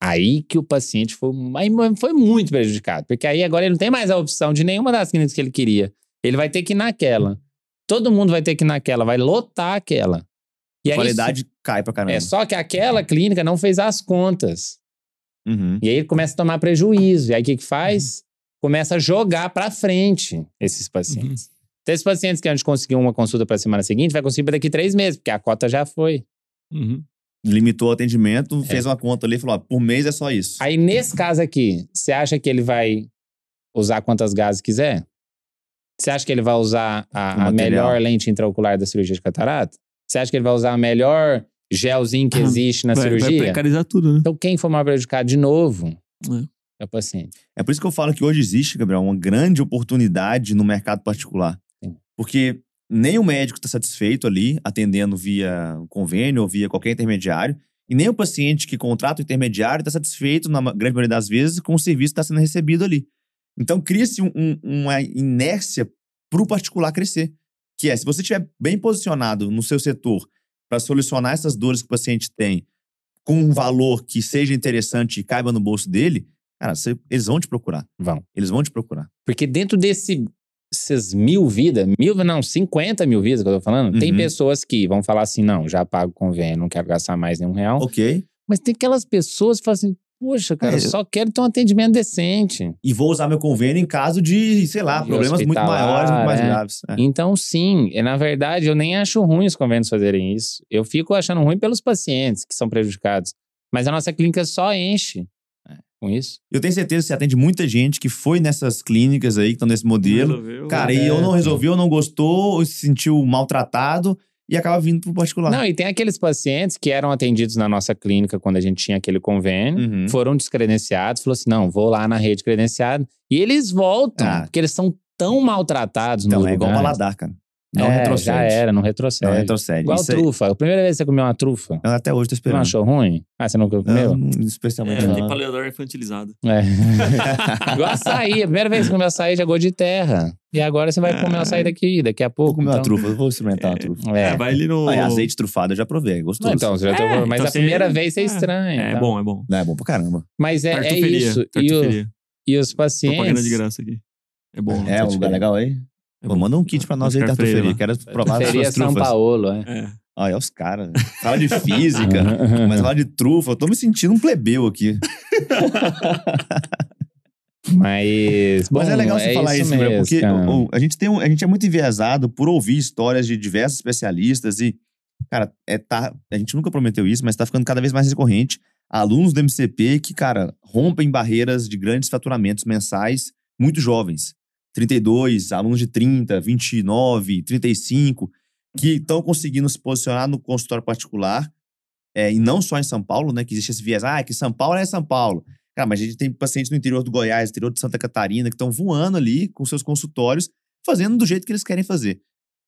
C: Aí que o paciente foi, aí foi muito prejudicado. Porque aí agora ele não tem mais a opção de nenhuma das clínicas que ele queria. Ele vai ter que ir naquela. Todo mundo vai ter que ir naquela, vai lotar aquela. E
A: a
C: aí,
A: qualidade né? cai pra caramba.
C: É, só que aquela clínica não fez as contas.
A: Uhum.
C: E aí ele começa a tomar prejuízo. E aí o que, que faz? Começa a jogar pra frente esses pacientes. Então, esses pacientes que a gente conseguiu uma consulta pra semana seguinte, vai conseguir pra daqui três meses, porque a cota já foi.
B: Uhum.
A: Limitou o atendimento,
C: É.
A: fez uma conta ali e falou: ó, por mês é só isso.
C: Aí, nesse caso aqui, você acha que ele vai usar quantas gases quiser? Você acha que ele vai usar
A: O
C: a, a
A: material.
C: melhor lente intraocular da cirurgia de catarata? Você acha que ele vai usar a melhor gelzinho que existe na
B: Vai, vai
C: cirurgia?
B: precarizar tudo, né?
C: Então, quem for mal prejudicado de novo
B: É.
C: é o paciente.
A: É por isso que eu falo que hoje existe, Gabriel, uma grande oportunidade no mercado particular.
C: Sim.
A: Porque nem o médico está satisfeito ali, atendendo via convênio ou via qualquer intermediário, e nem o paciente que contrata o intermediário está satisfeito, na ma- grande maioria das vezes, com o serviço que está sendo recebido ali. Então cria-se um- um- uma inércia para o particular crescer. Que é, se você estiver bem posicionado no seu setor para solucionar essas dores que o paciente tem com um valor que seja interessante e caiba no bolso dele, cara, você- eles vão te procurar.
C: Vão.
A: Eles vão te procurar.
C: Porque dentro desse, dessas mil vidas, mil, não, 50 mil vidas que eu tô falando, tem
A: Uhum.
C: pessoas que vão falar assim: não, já pago o convênio, não quero gastar mais nenhum real.
A: Ok.
C: Mas tem aquelas pessoas que falam assim: poxa, cara,
A: É,
C: eu só quero ter um atendimento decente.
A: E vou usar meu convênio em caso de, sei lá,
C: De
A: problemas muito
C: hospitalar,
A: maiores, muito mais
C: é.
A: graves. É.
C: Então, sim, é, na verdade, eu nem acho ruim os convênios fazerem isso. Eu fico achando ruim pelos pacientes que são prejudicados. Mas a nossa clínica só enche né, com isso.
A: Eu tenho certeza que você atende muita gente que foi nessas clínicas aí, que estão nesse modelo.
B: Resolveu.
A: Cara, e
C: é.
A: ou não resolveu, ou não gostou, ou se sentiu maltratado e acaba vindo pro particular.
C: Não, e tem aqueles pacientes que eram atendidos na nossa clínica quando a gente tinha aquele convênio.
A: Uhum.
C: foram descredenciados, falou assim: não, vou lá na rede credenciada. E eles voltam,
A: Ah.
C: porque eles são tão maltratados
A: Então,
C: nos
A: é igual
C: lugares.
A: baladar, cara. Não
C: é,
A: retrocede.
C: Já era, não
A: Não
C: retrocede.
A: retrocede.
C: Igual
A: Isso aí- Hum.
C: trufa. A primeira vez que você comeu uma trufa,
A: eu até hoje tô
C: você não
A: esperando.
C: achou ruim? Ah, você nunca comeu? tipo,
A: Não, especialmente
B: É, tem
A: não.
B: paladar infantilizado.
C: É. Igual açaí. A primeira vez que comeu açaí já gosto de terra. E agora você vai comer um açaí daqui, daqui a pouco.
A: Vou comer uma
C: então...
A: trufa, vou experimentar uma trufa.
C: É.
B: É, vai ali no.
A: Ah, e azeite trufado eu já provei, é
C: Não,
A: gostoso.
C: então, você já
B: É,
C: tomou, mas
B: então
C: a
B: você-
C: primeira vez você é
B: É.
C: estranho.
B: É
C: então.
B: bom, é bom.
A: Não, é bom pra caramba.
C: Mas é, é
B: Tartuferia,
C: isso. E, o-
B: Tartuferia.
C: e os
B: Propaganda
C: pacientes.
B: de graça aqui. É bom.
A: É um lugar legal aí?
B: É
A: Pô,
B: bom.
A: manda um kit pra nós aí,
B: Oscar
A: Tartuferia.
B: Freire,
A: Quero provar as
C: Seria
A: suas
C: São
A: trufas.
C: Paulo, é.
B: É.
A: Olha os caras. né? Fala de física,
C: *laughs*
A: mas fala de trufa. Eu tô me sentindo um plebeu aqui.
C: Mas. Bom,
A: Mas é legal você falar isso, Gabriel,
C: mesmo,
A: porque
C: cara.
A: ô, a, gente tem um- a gente é muito enviesado por ouvir histórias de diversos especialistas e, cara, é, tá, a gente nunca prometeu isso, mas tá ficando cada vez mais recorrente. Alunos do MCP que, cara, rompem barreiras de grandes faturamentos mensais muito jovens. 32, alunos de 30, 29, 35, que estão conseguindo se posicionar no consultório particular, é, e não só em São Paulo, né? Que existe esse viés, ah, é que São Paulo é São Paulo. Cara, mas a gente tem pacientes no interior do Goiás, interior de Santa Catarina, que estão voando ali com seus consultórios, fazendo do jeito que eles querem fazer.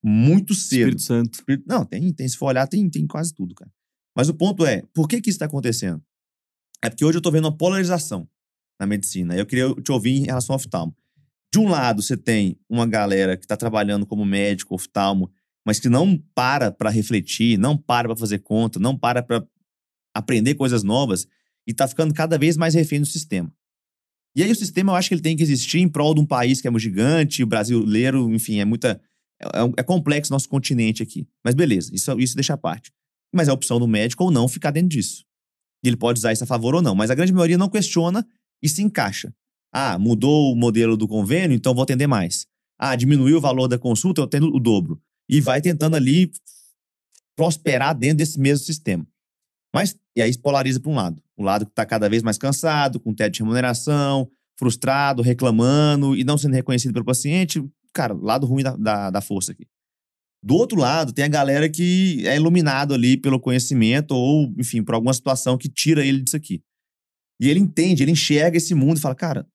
A: Muito cedo.
B: Espírito Santo.
A: Espírito- Não, tem, tem, se for olhar, tem, tem quase tudo, cara. Mas o ponto é, por que que isso está acontecendo? É porque hoje eu tô vendo uma polarização na medicina. Eu queria te ouvir em relação ao oftalmo. De um lado, você tem uma galera que tá trabalhando como médico, oftalmo, mas que não para pra refletir, não para pra fazer conta, não para pra aprender coisas novas e tá ficando cada vez mais refém do sistema. E aí o sistema, eu acho que ele tem que existir em prol de um país que é muito gigante, o brasileiro, enfim, é muita é, é um- é complexo nosso continente aqui. Mas beleza, isso, isso deixa à parte. Mas é a opção do médico ou não ficar dentro disso. E ele pode usar isso a favor ou não. Mas a grande maioria não questiona e se encaixa. Ah, mudou o modelo do convênio, então vou atender mais. Ah, diminuiu o valor da consulta, eu atendo o dobro. E vai tentando ali prosperar dentro desse mesmo sistema. Mas, e aí polariza para um lado. O lado que está cada vez mais cansado, com teto de remuneração, frustrado, reclamando e não sendo reconhecido pelo paciente, cara, lado ruim da, da, da força aqui. Do outro lado, tem a galera que é iluminado ali pelo conhecimento ou, enfim, por alguma situação que tira ele disso aqui. E ele entende, ele enxerga esse mundo e fala, cara,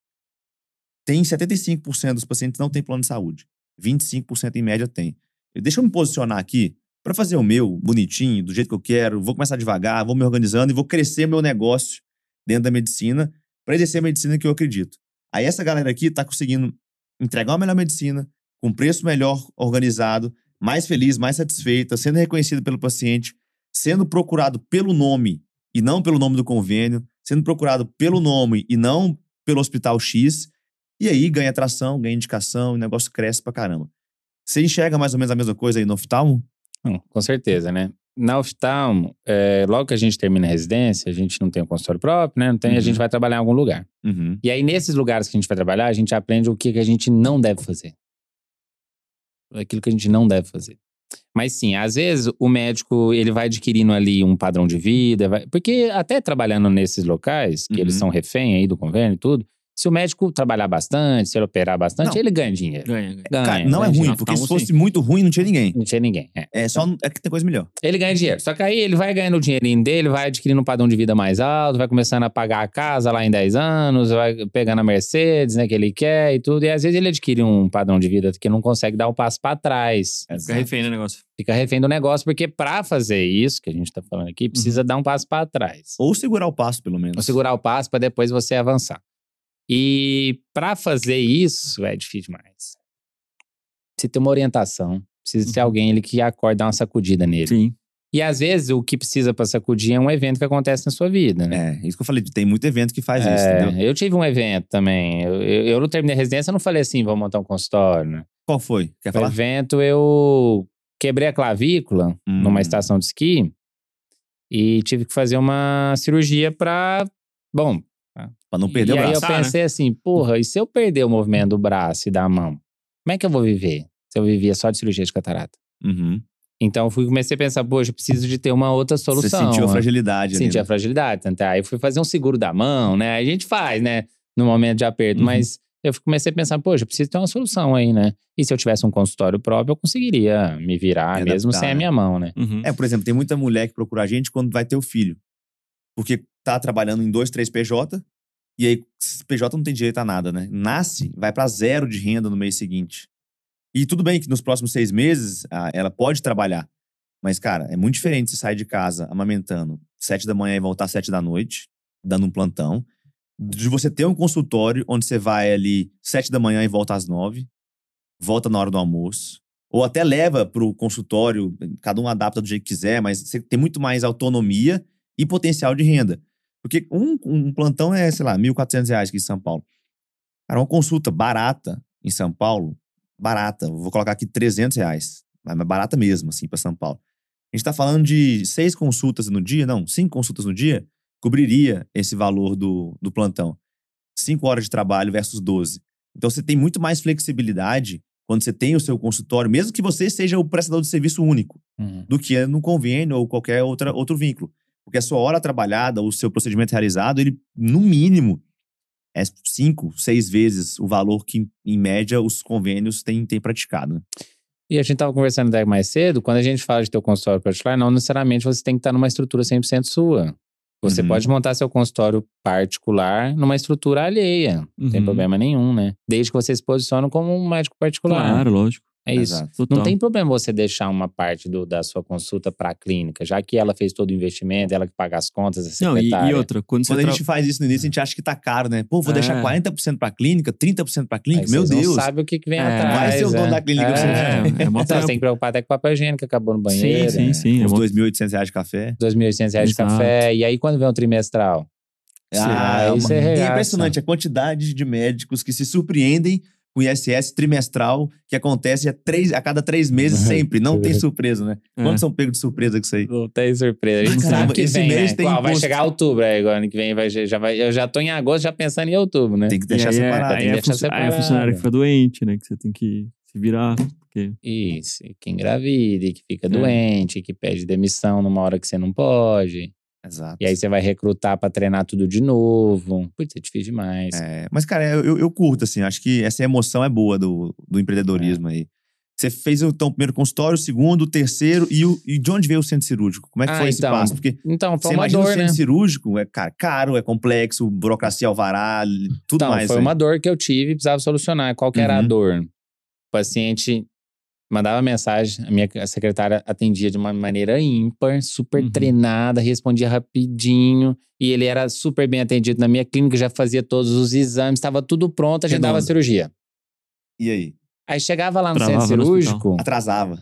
A: tem 75% dos pacientes não tem plano de saúde. 25% em média tem. Deixa eu me posicionar aqui para fazer o meu bonitinho, do jeito que eu quero, vou começar devagar, vou me organizando e vou crescer meu negócio dentro da medicina para exercer a medicina que eu acredito. Aí essa galera aqui tá conseguindo entregar uma melhor medicina, com preço melhor organizado, mais feliz, mais satisfeita, sendo reconhecido pelo paciente, sendo procurado pelo nome e não pelo nome do convênio, sendo procurado pelo nome e não pelo hospital X, e aí ganha atração, ganha indicação, e o negócio cresce pra caramba. Você enxerga mais ou menos a mesma coisa aí no oftalmo?
C: Não, com certeza, né? Na oftalmo, é, logo que a gente termina a residência, a gente não tem um consultório próprio, né? Não tem,
A: Uhum.
C: a gente vai trabalhar em algum lugar.
A: Uhum.
C: E aí, nesses lugares que a gente vai trabalhar, a gente aprende o que, que a gente não deve fazer. Aquilo que a gente não deve fazer. Mas sim, às vezes o médico ele vai adquirindo ali um padrão de vida, vai- porque até trabalhando nesses locais, que eles
A: Uhum.
C: são refém aí do convênio e tudo, se o médico trabalhar bastante, se ele operar bastante,
A: Não.
C: ele ganha dinheiro.
B: Ganha, ganha.
C: Ganha,
A: Cara, não é
C: ganha
A: ruim,
C: dinheiro.
A: porque se
B: oftalmo,
A: fosse muito ruim, não tinha ninguém.
C: Não tinha ninguém. É.
A: É só é que tem coisa melhor.
C: Ele ganha dinheiro. Só que aí ele vai ganhando o dinheirinho dele, vai adquirindo um padrão de vida mais alto, vai começando a pagar a casa lá em 10 anos, vai pegando a Mercedes, né, que ele quer e tudo. E às vezes ele adquire um padrão de vida que não consegue dar um passo pra trás.
B: Fica refém, né, negócio?
C: Fica refém do negócio, porque pra fazer isso que a gente tá falando aqui, precisa dar um passo pra trás.
A: Ou segurar o passo, pelo menos.
C: Ou segurar o passo pra depois você avançar. E pra fazer isso é difícil demais. Precisa ter uma orientação, precisa ter
B: Uhum.
C: alguém ali que acorde, dar uma sacudida nele.
B: Sim.
C: E às vezes o que precisa pra sacudir é um evento que acontece na sua vida, né?
A: É, isso que eu falei, tem muito evento que faz isso,
C: É,
A: entendeu?
C: eu tive um evento também. Eu, eu, eu não terminei a residência, eu não falei assim, vou montar um consultório. Né?
A: Qual foi? Quer
C: No
A: falar?
C: evento, eu quebrei a clavícula
A: Hum.
C: numa estação de esqui e tive que fazer uma cirurgia pra. Bom,
A: Pra não perder
C: e
A: o
C: aí
A: braço. Ah, né?
C: eu
B: braço.
C: pensei assim, porra, e se eu perder o movimento do braço e da mão? Como é que eu vou viver? Se eu vivia só de cirurgia de catarata.
A: Uhum.
C: Então eu fui, comecei a pensar, poxa, eu preciso de ter uma outra
A: Você
C: solução.
A: sentiu a
C: né?
A: fragilidade ali.
C: Senti
A: né?
C: a fragilidade. Tanto, aí eu fui fazer um seguro da mão, né? A gente faz, né? No momento de aperto.
A: Uhum.
C: Mas eu comecei a pensar, poxa, eu preciso ter uma solução aí, né? E se eu tivesse um consultório próprio, eu conseguiria me virar,
A: Me
C: mesmo
A: adaptar,
C: sem
A: né?
C: a minha mão, né?
B: Uhum.
A: É, por exemplo, tem muita mulher que procura a gente quando vai ter o filho. Porque tá trabalhando em dois, três PJ, e aí esse PJ não tem direito a nada, né? Nasce, vai pra zero de renda no mês seguinte. E tudo bem que nos próximos seis meses ah, ela pode trabalhar. Mas, cara, é muito diferente você sair de casa amamentando sete da manhã e voltar sete da noite, dando um plantão, de você ter um consultório onde você vai ali sete da manhã e volta às nove, volta na hora do almoço, ou até leva pro consultório, cada um adapta do jeito que quiser, mas você tem muito mais autonomia e potencial de renda. Porque um, um plantão é, sei lá, R$ 1.400 reais aqui em São Paulo. Cara, uma consulta barata em São Paulo, barata, vou colocar aqui 300 reais, mas mas barata mesmo, assim, para São Paulo. A gente tá falando de seis consultas no dia, não, cinco consultas no dia, cobriria esse valor do, do plantão. Cinco horas de trabalho versus 12. Então você tem muito mais flexibilidade quando você tem o seu consultório, mesmo que você seja o prestador de serviço único
C: Uhum.
A: do que é no convênio ou qualquer outra, outro vínculo. Porque a sua hora trabalhada, o seu procedimento realizado, ele, no mínimo, é cinco, seis vezes o valor que, em média, os convênios têm, têm praticado. né?
C: E a gente estava conversando até mais cedo, quando a gente fala de ter o consultório particular, não necessariamente você tem que estar numa estrutura 100% sua. Você
A: Uhum.
C: pode montar seu consultório particular numa estrutura alheia. Não tem
B: Uhum.
C: problema nenhum, né? Desde que você se posicione como um médico particular.
B: Claro, lógico.
C: É isso.
A: Exato.
B: Total.
C: Não tem problema você deixar uma parte do- da sua consulta para a clínica, já que ela fez todo o investimento, ela que paga as contas, a
B: Não, e,
C: secretária.
B: e outra, quando,
A: Quando
B: você
A: a
B: tra-
A: gente faz isso no início, a gente acha que tá caro, né? Pô, vou
B: É.
A: deixar 40% pra clínica, 30% pra
C: Aí
A: clínica, meu
C: vocês não
A: Deus.
C: sabe o que, que vem
B: É,
C: atrás.
A: Vai ser o dono
C: né?
A: da clínica.
C: É.
B: É, é mó
C: *laughs* Então,
B: trampo.
C: você tem que preocupar até com papel higiênico que acabou no banheiro.
B: Sim, sim, sim. É
A: Uns
B: mó-
A: 2.800 reais de café.
C: 2.800 reais de
B: Exato.
C: café. E aí, quando vem o trimestral?
A: Ah, é,
C: aí
A: uma-
C: você
A: e é
C: reaça.
A: impressionante a quantidade de médicos que se surpreendem com o ISS trimestral, que acontece a, três, a cada três meses
C: Uhum.
A: sempre. Não tem surpresa, né?
B: É.
A: Quantos são pegos de surpresa com isso aí?
C: Não tem tá surpresa. A gente
A: Caramba,
C: sabe que
A: esse
C: vem,
A: mês
C: né?
A: tem
C: Qual? Vai
A: imposto.
C: chegar outubro aí, agora, ano que vem. Vai, já vai, eu já tô em agosto, já pensando em outubro, né?
A: Tem que deixar
B: e aí é-
A: separado.
B: Aí
C: tem que
B: é,
C: deixar
B: funcio- aí é
C: separado.
B: funcionário que fica doente, né? Que você tem que se virar. Porque...
C: Isso. e Que engravida, e que
A: É.
C: fica doente, e que pede demissão numa hora que você não pode.
A: Exato.
C: E aí você vai recrutar pra treinar tudo de novo. Putz, é difícil demais.
A: É, mas, cara, eu, eu- eu curto, assim. Acho que essa emoção é boa do, do empreendedorismo
C: É.
A: aí. Você fez, então, o primeiro consultório, o segundo, o terceiro. E, o- e de onde veio o centro cirúrgico? Como é que
C: Ah,
A: foi esse
C: então,
A: passo? Porque
C: Então, foi
A: você
C: uma
A: imagina o
C: dor,
A: centro
C: né?
A: cirúrgico, é cara, caro, é complexo, burocracia, alvará, li- tudo
C: Então,
A: mais.
C: foi
A: né?
C: uma dor que eu tive e precisava solucionar. Qual que era a
A: Uhum.
C: dor? O paciente mandava mensagem, a minha secretária atendia de uma maneira ímpar, super
B: Uhum.
C: treinada, respondia rapidinho. E ele era super bem atendido na minha clínica, já fazia todos os exames, estava tudo pronto, agendava a
A: Fenômeno.
C: cirurgia.
A: E aí?
C: Aí chegava lá no
B: Travava
C: centro
B: no
C: cirúrgico,
A: Atrasava.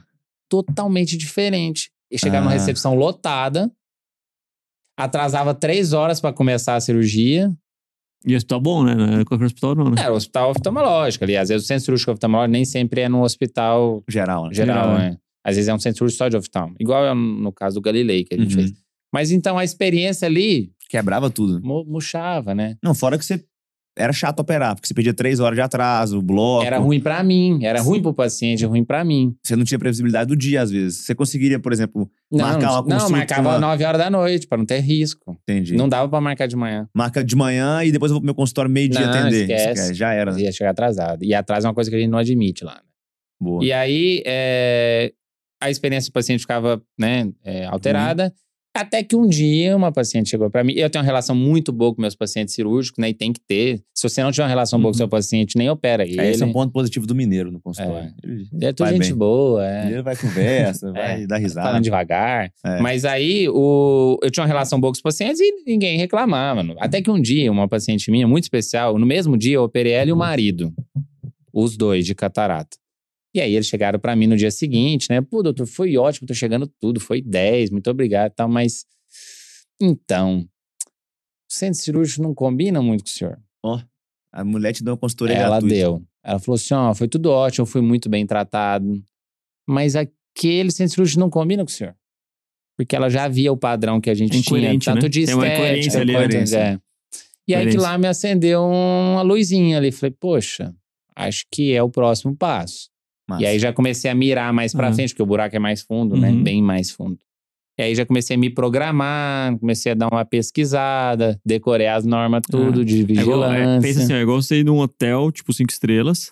C: totalmente diferente. E chegava numa
A: Ah.
C: recepção lotada, atrasava três horas para começar a cirurgia.
B: E o hospital bom, né? Não é qualquer hospital, não, né?
C: É, o hospital oftalmológico ali. Às vezes o centro cirúrgico oftalmológico nem sempre é num hospital
A: Geral, né?
C: geral,
B: Geral,
C: né? Às vezes é um centro cirúrgico só de oftalmo. Igual é no caso do Galilei que a gente
A: Uhum.
C: fez. Mas então a experiência ali
A: Quebrava tudo.
C: mu- murchava, né?
A: Não, fora que você. Era chato operar, porque você pedia três horas de atraso, bloco.
C: Era ruim pra mim, era ruim pro paciente, ruim pra mim.
A: Você não tinha previsibilidade do dia, às vezes. Você conseguiria, por exemplo,
C: Não,
A: Marcar uma
C: não
A: consulta, né?
C: marcava
A: uma-
C: 9 horas da noite, pra não ter risco.
A: entendi.
C: Não dava pra marcar de manhã.
A: Marca de manhã e depois eu vou pro meu consultório meio-dia
C: Não,
A: atender.
C: esquece.
A: Já era. né?
C: Ia chegar atrasado. E atraso é uma coisa que a gente não admite lá.
A: Boa.
C: E aí, é, a experiência do paciente ficava né, é, alterada. Até que um dia uma paciente chegou pra mim. Eu tenho uma relação muito boa com meus pacientes cirúrgicos, né? E tem que ter. Se você não tiver uma relação boa com
B: Uhum.
C: seu paciente, nem opera ele.
A: É, Esse é um
C: Ele
A: ponto positivo do mineiro no consultório. Ele,
C: é tudo
A: vai
C: gente
A: bem.
C: boa, *laughs* é. tá
A: ele vai conversa, vai dar risada.
C: Falando devagar.
A: Tá. É.
C: Mas aí o, eu tinha uma relação boa com os pacientes e ninguém reclamava. mano. Até que um dia, uma paciente minha, muito especial, no mesmo dia eu operei ela e o marido. Os dois de catarata. E aí eles chegaram pra mim no dia seguinte, né? Pô, doutor, foi ótimo, tô chegando tudo, foi 10, muito obrigado e tal, mas. Então. O centro cirúrgico não combina muito com o senhor.
A: A mulher te deu uma consultoria
C: Ela
A: gratuita.
C: deu. Ela falou assim: ó, foi tudo ótimo, eu fui muito bem tratado, mas aquele centro cirúrgico não combina com o senhor. Porque ela já via o padrão que a gente
B: É
C: tinha,
B: incoerente,
C: tanto
B: né?
C: de
B: Tem uma
C: estética,
B: incoerência
A: ali,
C: quanto-
A: né?
C: é. E aí que
B: Coerência.
C: lá me acendeu uma luzinha ali. Falei, poxa, acho que é o próximo passo.
A: Massa.
C: E aí já comecei a mirar mais pra
B: Aham.
C: frente, porque o buraco é mais fundo, né?
B: Uhum.
C: Bem mais fundo. E aí já comecei a me programar, comecei a dar uma pesquisada, decorei as normas tudo de
B: É
C: vigilância.
B: igual, é, pensa assim, é igual você ir num hotel, tipo, cinco estrelas,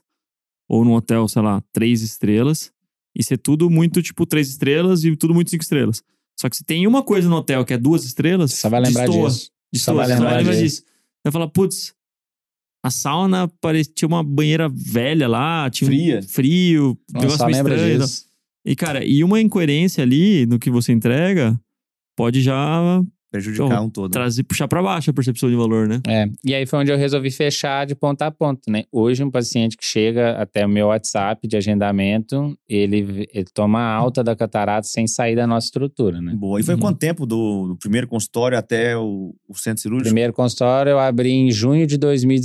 B: ou num hotel, sei lá, três estrelas, e ser tudo muito, tipo, três estrelas e tudo muito cinco estrelas. Só que se tem uma coisa no hotel que é duas estrelas,
C: Só vai lembrar
B: destoa,
C: disso.
B: destoa,
C: vai
B: você só
C: lembrar
B: vai lembrar
C: disso.
B: disso. Você vai falar, putz, A sauna parecia uma banheira velha lá, tinha
A: Fria.
B: um frio, um
C: Nossa,
B: negócio
C: só
B: meio
C: lembra
B: estranho. e tal.
C: disso.
B: E, cara, e uma incoerência ali no que você entrega pode já
A: Prejudicar
B: Então,
A: um todo.
B: trazer, puxar pra baixo a percepção de valor, né?
C: É, e aí foi onde eu resolvi fechar de ponta a ponta, né? Hoje, um paciente que chega até o meu WhatsApp de agendamento, ele, ele toma alta da catarata sem sair da nossa estrutura, né?
A: Boa. E foi
B: Uhum.
A: quanto tempo do, do primeiro consultório até o, o centro
C: O
A: cirúrgico?
C: primeiro consultório eu abri em junho de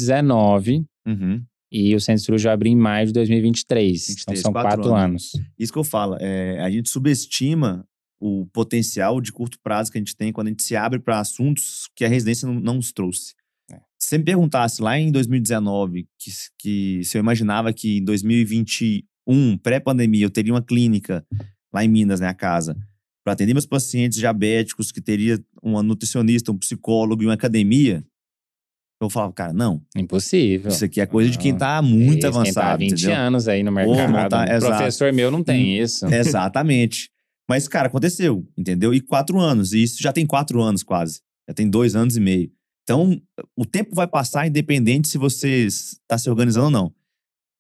C: 2019
A: Uhum.
C: e o centro cirúrgico eu abri em maio de 2023.
A: 23,
C: então são
A: quatro
C: quatro, anos.
A: Isso que eu falo. é, a gente subestima o potencial de curto prazo que a gente tem quando a gente se abre para assuntos que a residência não, não nos trouxe.
C: É.
A: Se você me perguntasse lá em 2019, que, s- que se eu imaginava que em 2021, pré-pandemia, eu teria uma clínica lá em Minas, né, a casa, para atender meus pacientes diabéticos, que teria uma nutricionista, um psicólogo e uma academia, eu falava, cara, não,
C: Impossível.
A: Isso aqui é coisa de quem tá muito
C: Isso, quem Tá há
A: avançado,
C: 20
A: entendeu?
C: anos aí no
A: Pô,
C: mercado.
A: montar-
C: um
A: exato.
C: professor meu não tem isso.
A: Exatamente. Mas, cara, aconteceu, entendeu? E quatro anos. E isso já tem quatro anos quase. Já tem dois anos e meio. Então, o tempo vai passar independente se você está se organizando ou não.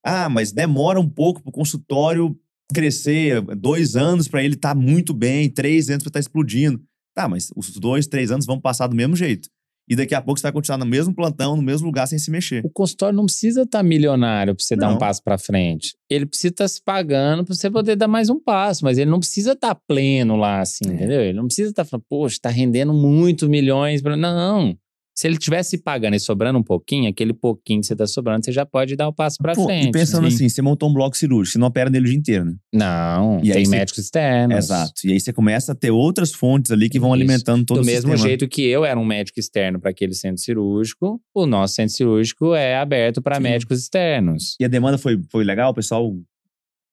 A: Ah, mas demora um pouco pro consultório crescer. Dois anos para ele estar muito bem, três anos para estar explodindo. Tá, mas os dois, três anos vão passar do mesmo jeito. E daqui a pouco você vai continuar no mesmo plantão, no mesmo lugar, sem se mexer.
C: O consultório não precisa estar milionário para você dar
A: Não.
C: um passo para frente. Ele precisa estar se pagando para você poder dar mais um passo, mas ele não precisa estar pleno lá, assim,
A: É.
C: entendeu? Ele não precisa estar falando, poxa, está rendendo muito milhões. pra- Não. Se ele tivesse pagando e sobrando um pouquinho, aquele pouquinho que você está sobrando, você já pode dar um passo para
A: Pô,
C: frente.
A: e pensando
B: sim.
A: assim, você montou um bloco cirúrgico, você não opera nele o dia inteiro, né?
C: Não,
A: E aí
C: tem
A: você-
C: médicos externos.
A: Exato. E aí você começa a ter outras fontes ali que vão
C: Isso.
A: alimentando todo
C: Do
A: o
C: mesmo
A: sistema.
C: jeito que eu era um médico externo para aquele centro cirúrgico, o nosso centro cirúrgico é aberto para
B: Sim.
C: médicos externos.
A: E a demanda foi, foi legal, o pessoal.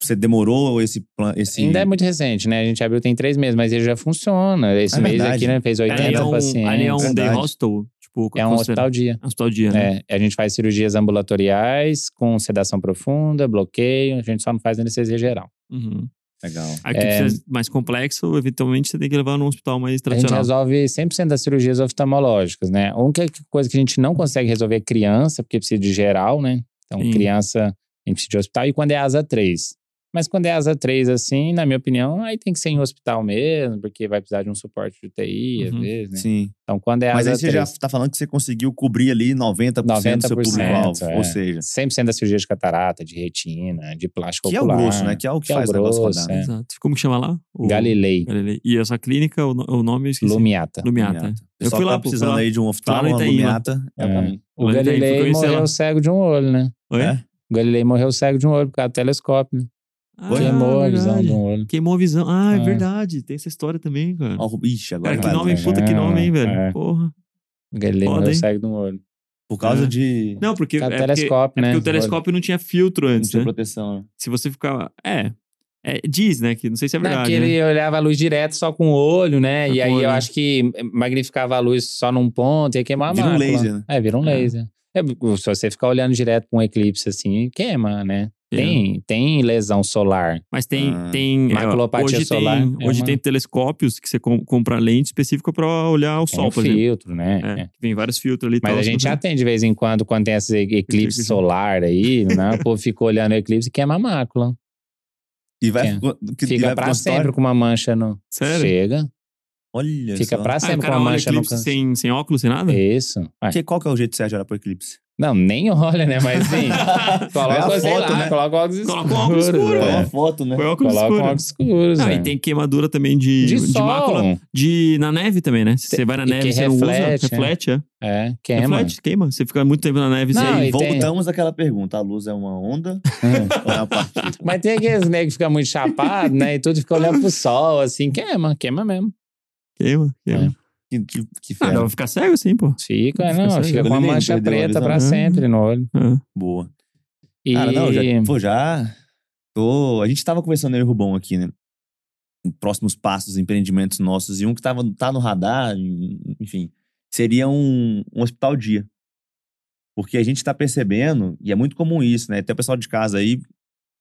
A: Você demorou esse plan- esse
C: Ainda é muito recente, né? A gente abriu tem três meses, mas ele já funciona. Esse
A: É
C: mês
A: verdade.
C: aqui, né? Fez 80
B: Ali é um,
C: pacientes.
B: ali é um day
A: Verdade.
B: hostel. Tipo,
C: É
B: considera-
C: um hospital dia.
B: é um hospital dia, né?
C: É, a gente faz cirurgias ambulatoriais com sedação profunda, bloqueio. A gente só não faz anestesia geral.
B: Uhum.
A: legal.
B: Aqui
C: É.
B: precisa mais complexo, eventualmente você tem que levar num hospital mais
C: A gente
B: tradicional.
C: resolve 100% das cirurgias oftalmológicas, né? A única coisa que a gente não consegue resolver é criança, porque precisa de geral, né? Então,
B: Sim.
C: criança, a gente precisa de hospital. E quando é asa 3? Mas quando é asa 3, assim, na minha opinião, aí tem que ser em hospital mesmo, porque vai precisar de um suporte de UTI,
B: Uhum.
C: às vezes, né?
A: Sim.
C: Então, quando é
A: Mas aí
C: asa
A: você
C: 3...
A: já tá falando que você conseguiu cobrir ali 90%, do seu
C: 90%,
A: público-alvo.
C: é.
A: Ou seja,
C: 100% da cirurgia de catarata, de retina, de plástico
A: que é o
C: ocular.
A: grosso, né? Que é o que,
C: que é o
A: faz o
C: grosso,
A: negócio rodar. né?
C: é.
B: Exato. Como que chama lá? O- é
C: Galilei,
B: Galilei. E essa clínica, o, no- o nome eu esqueci.
C: Lumiata.
B: Lumiata.
A: Lumiata. O
B: Eu
A: pessoal
B: fui
A: que
B: lá, tá
A: tá precisando aí de um oftalmo,
B: lá no
A: uma
B: Itaíma.
A: lumiata. É o
C: É.
A: caminho.
C: O
B: Mas ele tá aí, foi
C: Galilei
B: conhecer
C: morreu
B: lá.
C: cego de um olho, né?
B: Oi?
A: É?
C: O Galilei morreu cego de um olho por causa do telescópio, né?
B: Ah,
C: Queimou a visão
B: verdade.
C: de um olho.
B: Queimou a visão. Ah, é,
C: É.
B: verdade. Tem essa história também, cara.
A: Ó, Ixi, agora
B: cara, que
A: vai né?
B: nome, é
A: longe.
B: puta que nome, hein, velho.
C: É.
B: Porra.
C: O Galilei
B: Foda,
C: morreu
B: hein?
C: cego de um olho.
A: Por causa
B: É.
A: de.
B: Não, porque,
C: Por
B: é
C: causa
B: porque,
C: do telescópio,
B: é
C: né?
B: porque o
C: Do olho.
B: telescópio não tinha filtro
A: Não
B: antes,
A: tinha
B: né?
A: proteção. né?
B: Se você ficava... É. É, Diz, né? Que não sei se é
C: Não,
B: verdade,
C: porque
B: né?
C: ele olhava a luz direto só com o olho, né?
B: Só
C: e
B: com
C: aí
B: o olho,
C: eu
B: né?
C: acho que magnificava a luz só num ponto, ia queimar a
A: Vira um
C: mácula.
A: laser, né?
C: É, vira um
B: É.
C: laser. É, se você ficar olhando direto pra um eclipse assim, queima, né?
B: É.
C: Tem, tem lesão solar.
B: Mas tem.
A: Ah.
B: tem é,
C: Maculopatia
B: hoje
C: solar
B: Tem,
C: é
B: hoje
C: uma-
B: tem telescópios que você com- compra lente específica pra olhar o
C: Tem
B: sol,
C: um
B: por exemplo.
C: filtro, né?
B: É,
C: É.
B: que Tem vários filtros ali. e
C: Mas
B: tal, assim, né?
C: a gente
B: você-
C: já tem de vez em quando, quando tem esses e-
B: Eclipse.
C: eclipse solar aí, né? o povo fica olhando o eclipse e queima
B: *laughs*
C: a mácula.
A: E vai,
C: É.
A: ficou- que- e vai
C: Fica
A: pro
C: pra
A: consultório.
C: sempre com uma mancha no.
B: Sério?
C: Chega.
A: Olha
C: Fica
A: só.
C: pra
B: Ah, o
C: sempre com
B: cara
C: uma
B: olha
C: mancha no
B: eclipse
C: canto.
B: sem, sem óculos, sem nada?
C: Isso. Ué,
A: Que- Qual que é o jeito de Sérgio olhar pro eclipse?
C: Não, nem olha, né?
B: *laughs*
C: Mas sim.
A: É a
C: Coloca, sei
A: foto,
C: lá,
A: né?
C: coloca óculos escuros.
B: Coloca um óculos escuro,
A: Põe
C: é.
A: uma foto, né?
B: Foi óculos
C: Coloca
B: escuro.
C: óculos escuros.
B: Ah,
C: é.
B: e tem queimadura também de,
C: de, sol.
B: mácula. De, na neve também, né? Se
C: Te-
B: você vai na
C: e que
B: neve, você não
C: reflete,
B: usa,
C: né?
B: reflete, é.
C: É, queima.
B: Reflete, queima. Você fica muito tempo na neve,
C: Não,
B: você...
C: e tem-
A: Voltamos àquela pergunta: a luz é uma onda
C: Hum.
A: ou é uma partícula?
C: Mas tem aqueles negros que ficam muito chapados, né? E tudo fica olhando pro sol, assim, queima, queima mesmo.
B: queima,
C: É,
B: queima.
A: Que, que, que
B: Ah, dá
A: fera.
B: pra ficar cego assim, pô.
C: Fica,
B: Fica
C: não,
B: cego.
C: fica com uma
A: Ele nem
C: mancha
A: perdeu a
C: preta
A: visão.
C: pra sempre no olho.
B: Ah,
A: Boa.
C: E...
A: Cara, não, já, pô, já. Tô, a gente tava conversando eu e o Rubão aqui, né? Próximos passos, empreendimentos nossos. E um que tava, tá no radar, enfim, seria um, um hospital dia. Porque a gente tá percebendo, e é muito comum isso, né? Até o pessoal de casa aí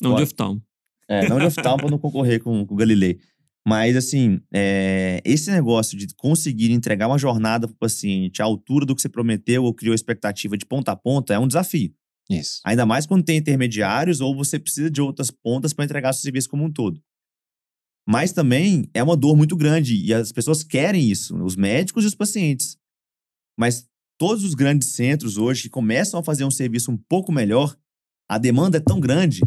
B: não de
A: Bora.
B: oftalmo.
A: É, não de oftalmo pra não concorrer com, com o Galilei. Mas, assim, é, esse negócio de conseguir entregar uma jornada pro paciente à altura do que você prometeu ou criou expectativa de ponta a ponta é um desafio.
C: Isso.
A: Ainda mais quando tem intermediários ou você precisa de outras pontas para entregar seu serviço como um todo. Mas também é uma dor muito grande e as pessoas querem isso, os médicos e os pacientes. Mas todos os grandes centros hoje que começam a fazer um serviço um pouco melhor, a demanda é tão grande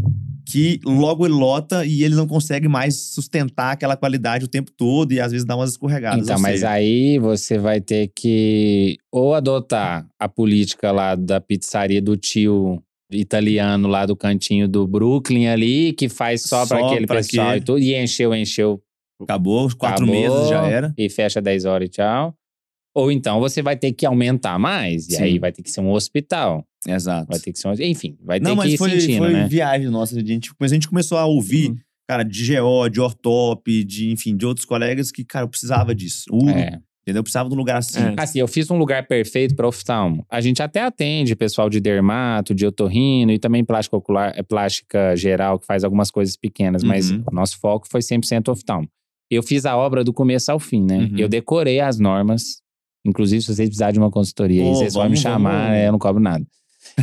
A: que logo ele lota e ele não consegue mais sustentar aquela qualidade o tempo todo e às vezes dá umas escorregadas.
C: Então,
A: Ou
C: mas
A: seja,
C: aí você vai ter que ou adotar a política lá da pizzaria do tio italiano lá do cantinho do Brooklyn ali, que faz só, pra
A: Só
C: aquele
A: pra
C: pessoal
A: quê?
C: e tudo, e encheu, encheu
A: acabou, os quatro
C: Acabou.
A: meses já era.
C: e fecha 10 horas e tchau. Ou então você vai ter que aumentar mais, e
A: Sim.
C: aí vai ter que ser um hospital,
A: Exato.
C: vai ter que ser um, enfim, vai ter
A: não,
C: que
A: mas
C: ir
A: foi,
C: sentindo,
A: foi
C: né?
A: viagem nossa. A gente, mas a gente começou a ouvir,
B: Uhum.
A: cara, de GO, de Ortop, de, enfim, de outros colegas que, cara, eu precisava disso. Uro,
C: É.
A: entendeu? Eu precisava de um lugar assim.
B: É.
C: Assim, eu fiz um lugar perfeito para oftalmo. A gente até atende pessoal de dermato, de otorrino e também plástica ocular, é, plástica geral, que faz algumas coisas pequenas, mas
A: Uhum.
C: o nosso foco foi 100% oftalmo. Eu fiz a obra do começo ao fim, né?
A: Uhum.
C: Eu decorei as normas. Inclusive, se vocês precisarem de uma consultoria, aí,
A: Pô,
C: vocês vão me
A: vamos,
C: chamar,
A: vamos.
C: né? eu não cobro nada.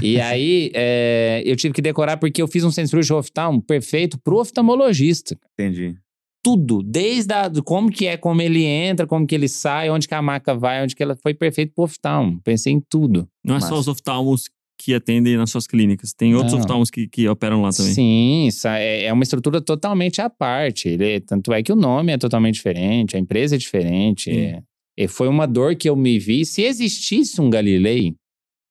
C: E aí, *laughs* é, eu tive que decorar porque eu fiz um centro cirúrgico oftalmo perfeito pro oftalmologista
A: Entendi.
C: tudo, desde a, do como que é, como ele entra, como que ele sai, onde que a maca vai, onde que ela foi perfeito pro oftalmo. Pensei em tudo.
B: Não é
A: Massa.
B: só os oftalmos que atendem nas suas clínicas. Tem outros
C: Não.
B: oftalmos que, que operam lá Ah, *laughs* também.
C: Sim, isso é, é uma estrutura totalmente à parte. Ele- tanto é que o nome é totalmente diferente, a empresa é diferente.
B: Sim.
C: é. E foi uma dor que eu me vi. Se existisse um Galilei,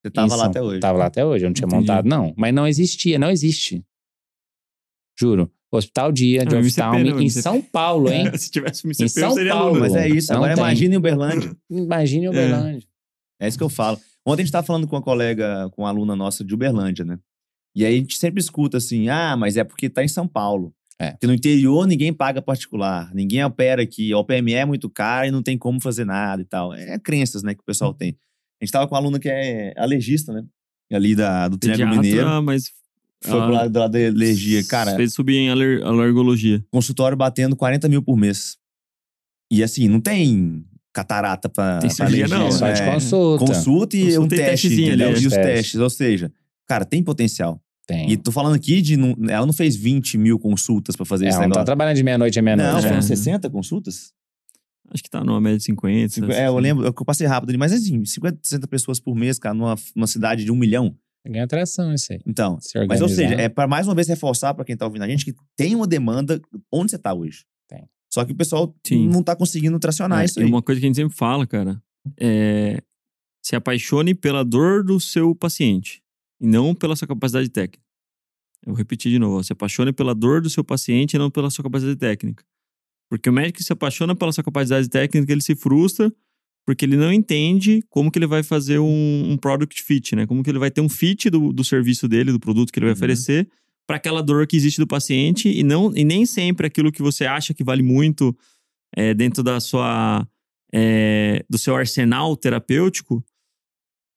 A: Você tava
C: Isso,
A: lá até hoje.
C: Tava lá até hoje, eu não tinha
B: Entendi.
C: montado, não. Mas não existia, não existe. Juro. Hospital Dia de
B: Ah, MCP,
C: oftalmo
B: né,
C: em
B: MCP? *laughs*
C: São Paulo, hein?
B: Se tivesse um
C: Em
B: ICP, eu
C: São
B: seria
C: Paulo.
B: aluno.
A: Mas é isso.
C: Não
A: Agora
C: tem.
A: imagine em Uberlândia.
C: Imagine Uberlândia.
A: É isso que eu falo. Ontem a gente tava falando com uma colega, com uma aluna nossa de Uberlândia, né? E aí a gente sempre escuta assim: ah, mas é porque tá em São Paulo.
C: É.
A: Porque no interior ninguém paga particular, ninguém opera aqui, a OPME é muito cara e não tem como fazer nada e tal. É crenças, né, que o
C: Uhum.
A: pessoal tem. A gente tava com uma aluna que é alergista, né? Ali da, do Triângulo
B: Pediatra,
A: Mineiro.
B: mas
A: Foi pro
B: ela
A: lado, do lado da alergia. Cara,
B: Fez subir em aler- alergologia.
A: consultório batendo 40 mil por mês. E assim, não tem catarata pra,
B: Tem
A: pra
B: cirurgia,
A: alergia.
B: não,
C: É só
A: né?
C: de consulta.
A: Consulta e
B: Consulta
A: um
B: e
A: teste,
B: testezinho ali,
A: entendeu?
B: né?
A: E os
C: Teste.
A: testes. Ou seja, cara, tem potencial.
C: Tem.
A: E tô falando aqui de. não- Ela não fez 20 mil consultas pra fazer
C: É,
A: esse
C: ela não tá
A: negócio.
C: trabalhando de meia-noite a
A: não,
C: meia-noite.
A: foram
C: né?
B: é.
A: 60 consultas?
B: Acho que tá numa média de 50.
A: Cinqu-
B: 60.
A: É, eu lembro, é que eu passei rápido ali, mas assim, 50, 60 pessoas por mês, cara, numa, numa cidade de um milhão.
C: Ganha atração isso aí.
A: Então.
C: Se
A: Mas,
C: organizar.
A: ou seja, é para mais uma vez reforçar pra quem tá ouvindo a gente que tem uma demanda onde você tá hoje.
C: Tem.
A: Só que o pessoal
B: Sim.
A: não tá conseguindo tracionar
B: É,
A: isso
B: e
A: aí.
B: uma coisa que a gente sempre fala, cara, é se apaixone pela dor do seu paciente e não pela sua capacidade técnica. Eu vou repetir de novo, ó, se apaixone pela dor do seu paciente e não pela sua capacidade técnica. Porque o médico que se apaixona pela sua capacidade técnica, ele se frustra porque ele não entende como que ele vai fazer um, um product fit, né? Como que ele vai ter um fit do, do serviço dele, do produto que ele vai
A: Uhum.
B: oferecer para aquela dor que existe do paciente e não e nem sempre aquilo que você acha que vale muito é, dentro da sua é, do seu arsenal terapêutico,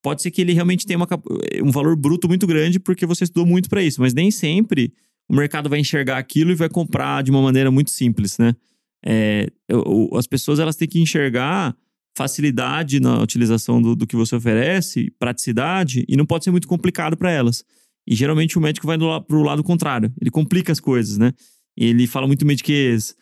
B: pode ser que ele realmente tenha uma cap- um valor bruto muito grande porque você estudou muito para isso, mas nem sempre o mercado vai enxergar aquilo e vai comprar de uma maneira muito simples, né? É, o- o- as pessoas elas têm que enxergar facilidade na utilização do, do que você oferece, praticidade, e não pode ser muito complicado para elas. E geralmente o médico vai do, la- pro lado contrário, ele complica as coisas, né? Ele fala muito mediquês,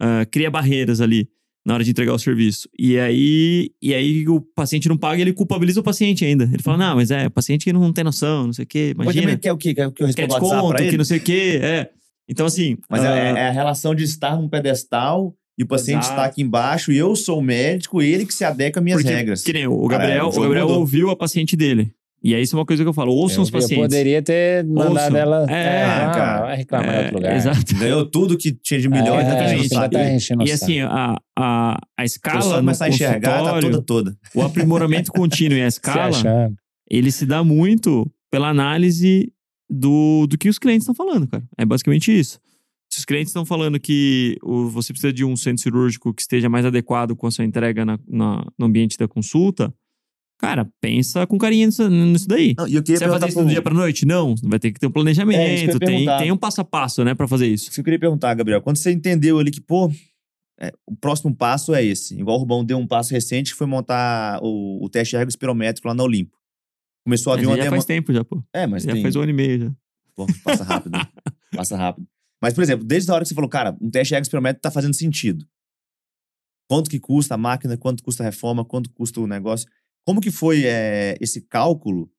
B: ah, cria barreiras ali na hora de entregar o serviço. E aí, e aí o paciente não paga, ele culpabiliza o paciente ainda. Ele fala: "Não, mas é, o paciente que não tem noção, não sei o quê,
A: Mas também
B: imagina,
A: quer o quê? Quer que eu
B: quer
A: responda o WhatsApp
B: desconto,
A: pra
B: que
A: ele?
B: não sei o quê". É. Então assim,
A: Mas é-
B: ah,
A: é, é a relação de estar num pedestal e o paciente
B: Exato.
A: está aqui embaixo e eu sou o médico, ele que se adequa às minhas
B: Porque,
A: regras.
B: Que nem o
A: Cara,
B: Gabriel,
A: o
B: o
A: jogo
B: Gabriel
A: mudou.
B: ouviu a paciente dele. E aí, isso é uma coisa que eu falo: ouçam
C: eu,
B: os pacientes.
C: Eu poderia ter mandado
B: Ouçam.
C: ela
B: É,
C: ah,
A: cara.
C: vai reclamar em
B: É,
C: outro lugar.
B: Exato. *laughs*
A: Ganhou tudo que tinha de melhor
C: é,
A: e tá querendo,
B: exatamente.
C: já
A: sabe?
C: tá enchendo o
B: E assim, a, a, a
A: Se eu só
B: escala no
A: começar a enxergar, tá
B: consultório,
A: toda toda.
B: o aprimoramento
C: *laughs*
B: contínuo e a
C: saco. Se
B: escala,
C: achando.
B: ele se dá muito pela análise do, do que os clientes estão falando, cara. É basicamente isso. Se os clientes estão falando que o- você precisa de um centro cirúrgico que esteja mais adequado com a sua entrega na, na- no ambiente da consulta, cara, pensa com carinho nisso, nisso daí.
A: Não, e eu queria
B: Você vai fazer
A: perguntar
B: isso do
A: pro-
B: dia pra noite? Não, vai ter que ter um planejamento,
A: É, isso que eu ia
B: tem,
A: perguntar.
B: tem um passo a passo, né, pra fazer isso.
A: Isso que eu queria perguntar, Gabriel. Quando você entendeu ali que, pô, é, o próximo passo é esse. Igual o Rubão deu um passo recente, que foi montar o, o teste ergospirométrico lá na Olimpo. Começou a
B: Mas
A: vir um uma
B: já
A: demanda.
B: faz tempo já, pô.
A: É, mas
B: já
A: tem...
B: faz um ano e meio já.
A: Pô, Passa
C: *laughs*
A: rápido. né? passa rápido. Mas, por exemplo, desde a hora que você falou, cara, um teste ergospirométrico tá fazendo sentido. Quanto que custa a máquina, quanto custa a reforma, quanto custa o negócio. Como que foi é, esse cálculo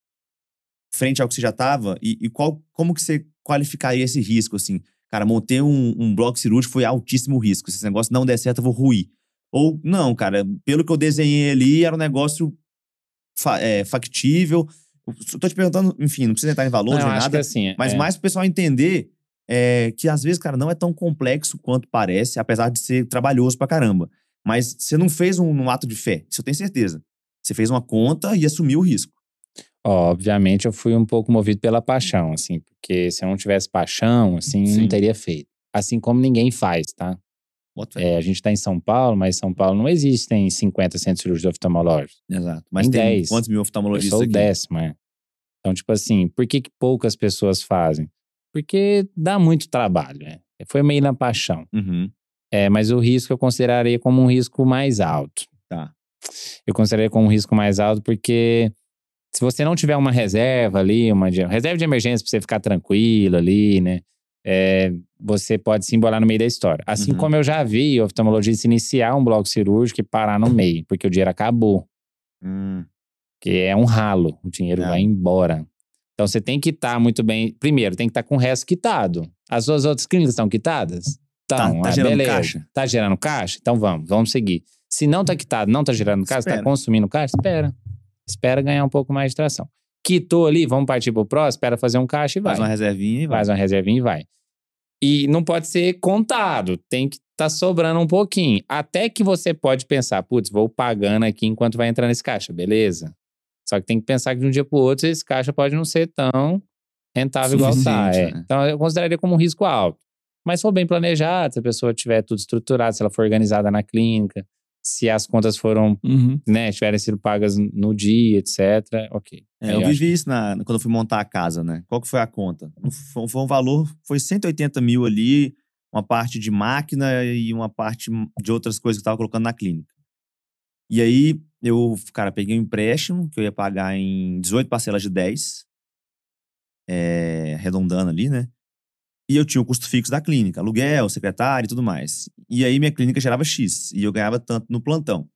A: frente ao que você já estava e, e qual, como que você qualificaria esse risco, assim? Cara, montei um, um bloco cirúrgico foi altíssimo risco. Se esse negócio não der certo, eu vou ruir. Ou, não, cara, pelo que eu desenhei ali, era um negócio fa- é, factível. Eu tô te perguntando, enfim, não precisa entrar em valor
C: Não,
A: nem
C: eu acho que
A: nada.
C: assim.
A: Mas
C: é,
A: mais pro pessoal entender é, que às vezes, cara, não é tão complexo quanto parece, apesar de ser trabalhoso pra caramba. Mas você não fez um, um ato de fé, isso eu tenho certeza. Você fez uma conta e assumiu o risco.
C: ó, obviamente, eu fui um pouco movido pela paixão, assim, porque se eu não tivesse paixão, assim,
A: Sim.
C: não teria feito. Assim como ninguém faz, tá?
A: Bota fé.
C: É, a gente tá em São Paulo, mas em São Paulo não existem 50 centros cirúrgicos oftalmológicos.
A: Exato. Mas
C: em
A: tem
C: 10.
A: quantos mil
C: Eu
A: oftalmologistas
C: sou o
A: aqui?
C: décimo, é. Então, tipo assim, por que, que poucas pessoas fazem? Porque dá muito trabalho, né? Foi meio na paixão.
A: Uhum.
C: É, mas o risco eu consideraria como um risco mais alto.
A: Tá.
C: Eu consideraria como um risco mais alto porque se você não tiver uma reserva ali, uma de- reserva de emergência para você ficar tranquilo ali, né? é, você pode se embolar no meio da história. Assim
A: Uhum.
C: como eu já vi oftalmologista iniciar um bloco cirúrgico e parar no meio, porque o dinheiro acabou.
A: Hum,
C: Porque é um ralo, o dinheiro
A: É.
C: vai embora. Então você tem que estar muito bem. Primeiro, tem que estar com o resto quitado. As suas outras clínicas estão quitadas?
A: Tá,
C: Então,
A: tá
C: ah,
A: gerando
C: beleza.
A: caixa?
C: Tá gerando caixa? Então vamos, vamos seguir. Se não tá quitado, não tá gerando caixa,
A: Espera.
C: tá consumindo caixa, espera. Espera ganhar um pouco mais de tração. Quitou ali, vamos partir pro próximo, espera fazer um caixa e vai.
A: faz uma reservinha e vai.
C: Faz uma reservinha e vai. E não pode ser contado, tem que tá sobrando um pouquinho. Até que você pode pensar, putz, vou pagando aqui enquanto vai entrar nesse caixa, beleza? Só que tem que pensar que de um dia pro outro esse caixa pode não ser tão rentável igual tá.
A: Suficiente,
C: é.
A: né?
C: Então eu consideraria como um risco alto. Mas se for bem planejado, se a pessoa tiver tudo estruturado, se ela for organizada na clínica, se as contas foram,
B: Uhum.
C: né, tiverem sido pagas no dia, etc, ok.
A: É,
C: Aí
A: eu
C: acho
A: vivi isso na, quando eu fui montar a casa, né? Qual que foi a conta? Não Foi, foi um valor, foi 180 mil ali, uma parte de máquina e uma parte de outras coisas que eu tava colocando na clínica. E aí, eu, cara, peguei um empréstimo que eu ia pagar em 18 parcelas de 10, é, arredondando ali, né? E eu tinha o custo fixo da clínica, aluguel, secretário e tudo mais. E aí, minha clínica gerava X e eu ganhava tanto no plantão.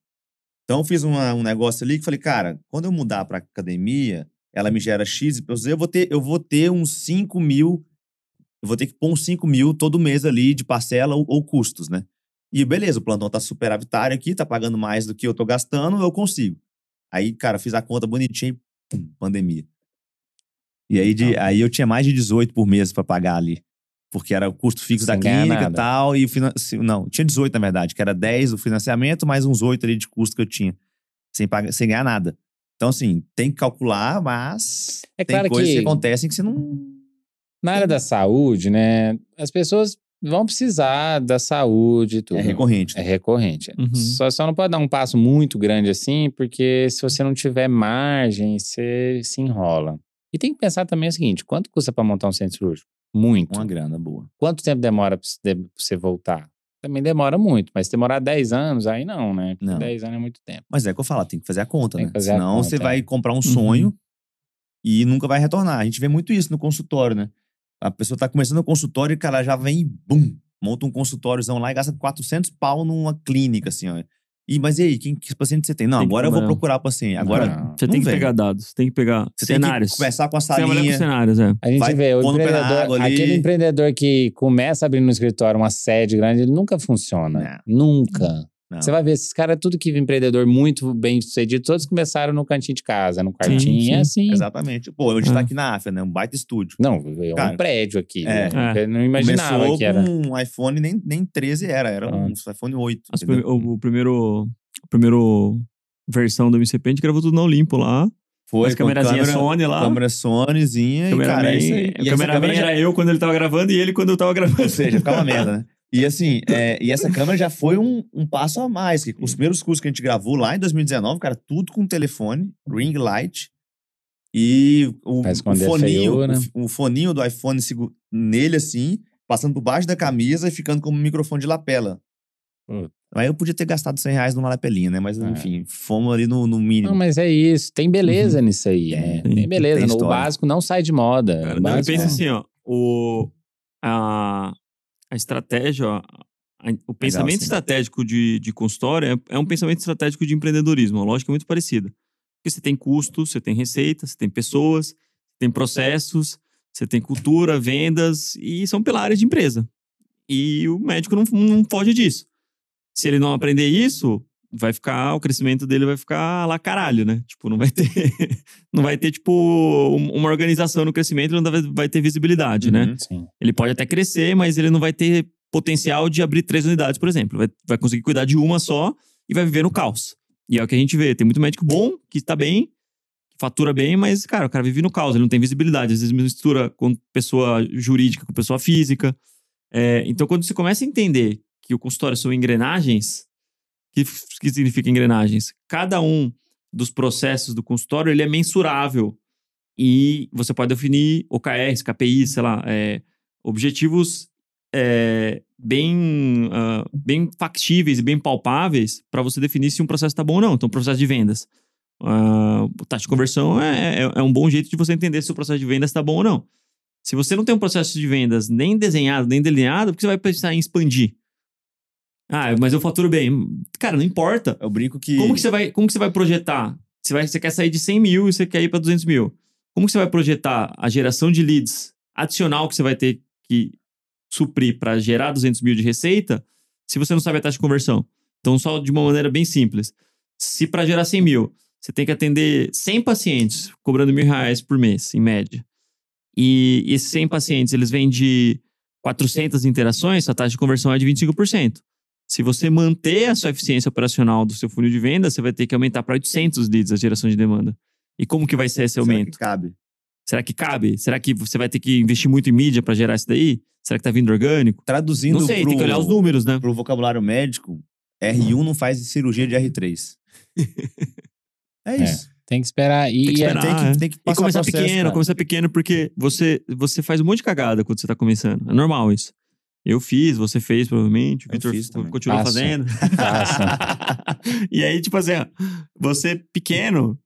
A: Então, eu fiz uma- um negócio ali que falei, cara, quando eu mudar pra academia, ela me gera X, e eu vou ter, eu vou ter uns 5 mil, eu vou ter que pôr uns 5 mil todo mês ali de parcela ou, ou custos, né? E beleza, o plantão tá superavitário aqui, tá pagando mais do que eu tô gastando, eu consigo. Aí, cara, fiz a conta bonitinha e pum, pandemia. E aí, de- aí eu tinha mais de 18 por mês pra pagar ali. Porque era o custo fixo da
C: Sem ganhar
A: clínica e
C: nada.
A: tal. E o finan- se- não, tinha 18 na verdade, que era 10 o financiamento, mais uns 8 ali de custo que eu tinha. Sem, pagar, sem ganhar nada. Então, assim, tem que calcular, mas
C: É
A: tem
C: claro
A: coisas que...
C: que-
A: acontecem que você não.
C: Na área da saúde, né? As pessoas vão precisar da saúde e tudo.
A: É recorrente.
C: É recorrente.
B: Uhum.
C: Só, só não pode dar um passo muito grande assim, porque se você não tiver margem, você se enrola. E tem que pensar também o seguinte: quanto custa para montar um centro cirúrgico? Muito.
A: Uma grana boa.
C: Quanto tempo demora para você voltar? Também demora muito, mas se demorar 10 anos, aí não, né? Porque
A: Não.
C: 10 anos é muito tempo.
A: Mas é o que eu falo, tem que fazer a conta,
C: Tem
A: né?
C: que fazer a
A: Senão
C: conta,
A: você
C: é.
A: vai comprar
B: Uhum.
A: um sonho e nunca vai retornar. A gente vê muito isso no consultório, né? A pessoa tá começando o consultório e, cara, já vem e bum! Monta um consultóriozão lá e gasta 400 pau numa clínica, assim, ó. E, mas e aí, quem, que paciente você tem? Não,
B: Tem que
A: agora eu vou
B: trabalhar.
A: procurar o paciente. Agora,
C: Não.
B: Você
A: Não
B: tem que
A: vem.
B: pegar dados, tem que pegar
A: você
B: cenários.
A: tem que conversar com a
B: Você trabalha com
A: salinha.
B: cenários, é.
C: A gente
A: Vai
C: vê, o
A: pondo o pé na água
C: empreendedor,
A: ali.
C: aquele empreendedor que começa abrindo um escritório, uma sede grande, ele nunca funciona. Nunca.
A: Não.
C: Você vai ver, esses caras, tudo que empreendedor muito bem sucedido, todos começaram no cantinho de casa, no quartinho,
B: sim.
C: é assim.
A: Exatamente. Pô, a gente tá
B: Ah.
A: aqui na AFA, né? Um baita estúdio.
C: Não, é um
A: Cara,
C: prédio aqui.
A: é.
C: né? Eu não imaginava
A: Começou
C: que era.
A: com um iPhone, nem, nem 13 era, era um iPhone 8.
B: As
A: entendeu? Hum.
B: prime- o, o primeiro, a primeiro versão do MCP, a gente gravou tudo na Olimpo lá.
A: Foi,
B: as
A: com
B: camerazinhas
A: câmera-
B: Sony lá.
A: Câmera Sonyzinha e,
B: Cameraman,
A: cara, é isso aí.
B: o
A: E essa
B: cameraman
A: câmera já-
B: era eu quando ele tava gravando e ele quando eu tava gravando.
A: Ou seja, ficava uma merda, né? E assim, é, e essa câmera já foi um, um passo a mais. Que os primeiros cursos que a gente gravou lá em 2019, cara, tudo com telefone, ring light. E o,
C: Pra
A: o
C: esconder a
A: foninho,
C: feiura,
A: o
C: né?
A: f- o, foninho do iPhone segu- nele assim, passando por baixo da camisa e ficando como um microfone de lapela.
C: Puta.
A: Aí eu podia ter gastado 100 reais numa lapelinha, né? Mas,
C: É.
A: enfim, fomos ali no, no mínimo.
C: Não, mas é isso. Tem beleza
B: Uhum.
C: nisso aí. É.
B: Tem-
C: Tem beleza.
A: tem
C: No- o
A: história.
C: básico não sai de moda.
D: Cara, não,
B: Não,
C: O
B: e
C: básico-
A: né?
B: pensa assim, ó. O, a, a estratégia, ó, a- o pensamento
A: sim.
B: estratégico de, de consultório é, é um pensamento estratégico de empreendedorismo. A lógica é muito parecida. Porque você tem custo, você tem receita, você tem pessoas, você tem processos, você tem cultura, vendas, e são pilares de empresa. E o médico não, não foge disso. Se ele não aprender isso, vai ficar, o crescimento dele vai ficar lá caralho, né? Tipo, não vai ter, *laughs* não vai ter tipo, um- uma organização no crescimento, ele não vai- vai ter visibilidade, né?
A: Uhum.
C: é. Sim.
B: Ele pode até crescer, mas ele não vai ter potencial de abrir três unidades, por exemplo. Vai, vai conseguir cuidar de uma só e vai viver no caos. E é o que a gente vê. Tem muito médico bom, que está bem, que fatura bem, mas, cara, o cara vive no caos, ele não tem visibilidade. Às vezes mistura com pessoa jurídica, com pessoa física. É, então, quando você começa a entender que o consultório são engrenagens, o que, f- que significa engrenagens? Cada um dos processos do consultório, ele é mensurável. E você pode definir OKRs, KPIs, sei lá, é, objetivos é, bem, ah, bem factíveis e bem palpáveis para você definir se um processo está bom ou não. Então, processo de vendas. Ah, o taxa de conversão é, é- é um bom jeito de você entender se o processo de vendas está bom ou não. Se você não tem um processo de vendas nem desenhado, nem delineado, por que você vai pensar em expandir? Ah, mas eu faturo bem. Cara, não importa.
A: Eu brinco que.
B: Como que você vai, como que você vai projetar? Você, vai, você quer sair de 100 mil e você quer ir para 200 mil. Como que você vai projetar a geração de leads adicional que você vai ter que suprir para gerar 200 mil de receita se você não sabe a taxa de conversão? Então, só de uma maneira bem simples. Se para gerar 100 mil, você tem que atender 100 pacientes, cobrando mil reais por mês, em média. E esses 100 pacientes, eles vêm de 400 interações, a taxa de conversão é de 25%. Se você manter a sua eficiência operacional do seu funil de venda, você vai ter que aumentar para 800 leads a geração de demanda. E como que vai ser esse
A: Será é que
B: aumento?
A: Cabe.
B: Será que cabe? Será que você vai ter que investir muito em mídia para gerar isso daí? Será que tá vindo orgânico?
A: Traduzindo
B: não sei,
A: pro,
B: tem que olhar os números, né?
A: pro vocabulário médico,
B: Hum.
A: R1 não faz cirurgia de R3.
B: *laughs*
A: é isso.
C: Tem que esperar. E,
B: Tem que
C: e é-
B: esperar.
A: Tem,
B: Ah, é.
A: que, tem que
B: E
A: passar
B: começar
A: processo,
B: pequeno,
A: cara.
B: começar pequeno, porque você, você faz um monte de cagada quando você tá começando. É normal isso. Eu fiz, você fez, provavelmente, o
A: Eu
B: Victor
A: fiz também.
B: continuou
C: Faço.
B: fazendo.
A: *laughs*
C: Faço.
B: *laughs* e aí, tipo assim, ó, você pequeno,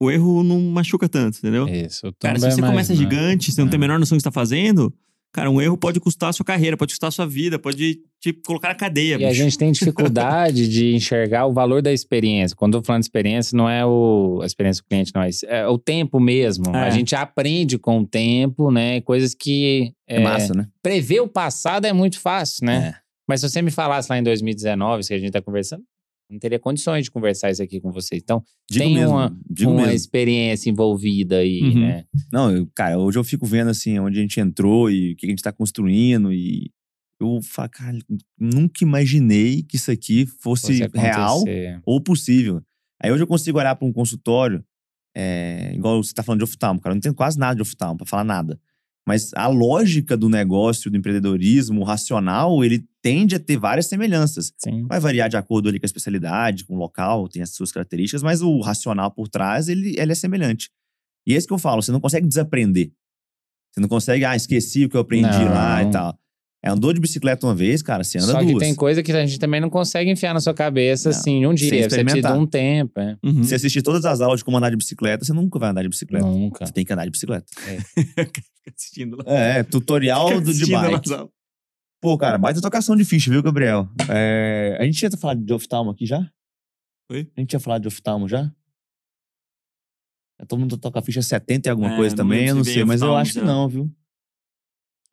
B: o erro não machuca tanto, entendeu?
C: Isso, o
B: Cara,
C: tombo
B: se
C: é
B: você
C: mais-
B: começa
C: né?
B: gigante, você não tem a
C: É.
B: menor noção do que você tá fazendo, cara, um erro pode custar a sua carreira, pode custar a sua vida, pode te colocar na cadeia,
C: E a
B: bicho.
C: gente tem dificuldade de enxergar o valor da experiência. Quando eu tô falando de experiência, não é o, a experiência do cliente, não. É, isso. É o tempo mesmo.
B: É.
C: A gente aprende com o tempo, né? Coisas que...
A: É massa, né?
C: Prever o passado é muito fácil, né? Mas se você me falasse lá em 2019, isso que a gente tá conversando, não teria condições de conversar isso aqui com vocês. Então,
A: Digo
C: Tem
A: mesmo.
C: uma-
A: digo
C: uma
A: mesmo.
C: experiência envolvida aí,
B: Uhum.
C: né?
A: Não, eu- cara, hoje eu fico vendo assim, onde a gente entrou e o que a gente tá construindo e eu falo, cara, nunca imaginei que isso aqui fosse
C: Fosse
A: real
C: acontecer.
A: ou possível. Aí hoje eu consigo olhar para um consultório, é, igual você tá falando de oftalmo, cara, eu não tenho quase nada de oftalmo para falar nada. Mas a lógica do negócio, do empreendedorismo, o racional, ele tende a ter várias semelhanças.
C: Sim.
A: Vai variar de acordo ali com a especialidade, com o local, tem as suas características, mas o racional por trás, ele, ele é semelhante. E é isso que eu falo, você não consegue desaprender. Você não consegue, ah, esqueci o que eu aprendi
C: Não.
A: lá e tal. É, andou de bicicleta uma vez, cara, você anda
C: Só que
A: duas.
C: tem coisa que a gente também não consegue enfiar na sua cabeça,
A: Não.
C: assim, em um dia. Você precisa de
A: experimentar.
C: um tempo, né?
B: Uhum. *laughs*
A: Se assistir todas as aulas de como andar de bicicleta, você nunca vai andar de bicicleta.
C: Nunca.
A: Você tem que andar de bicicleta.
B: Fica assistindo lá.
A: É, é, tutorial
B: *laughs*
A: do de
B: Assistindo lá.
A: bike. Pô, cara, baita tocação de ficha, viu, Gabriel? É, a gente tinha falado de oftalmo aqui já?
B: Oi?
A: A gente tinha falado de oftalmo já? É, Todo mundo toca ficha 70 e alguma
B: É,
A: coisa
B: não
A: também,
B: lembro
A: eu não
B: se
A: sei,
B: veio
A: mas eu
B: oftalmo
A: acho que
B: já.
A: não, viu?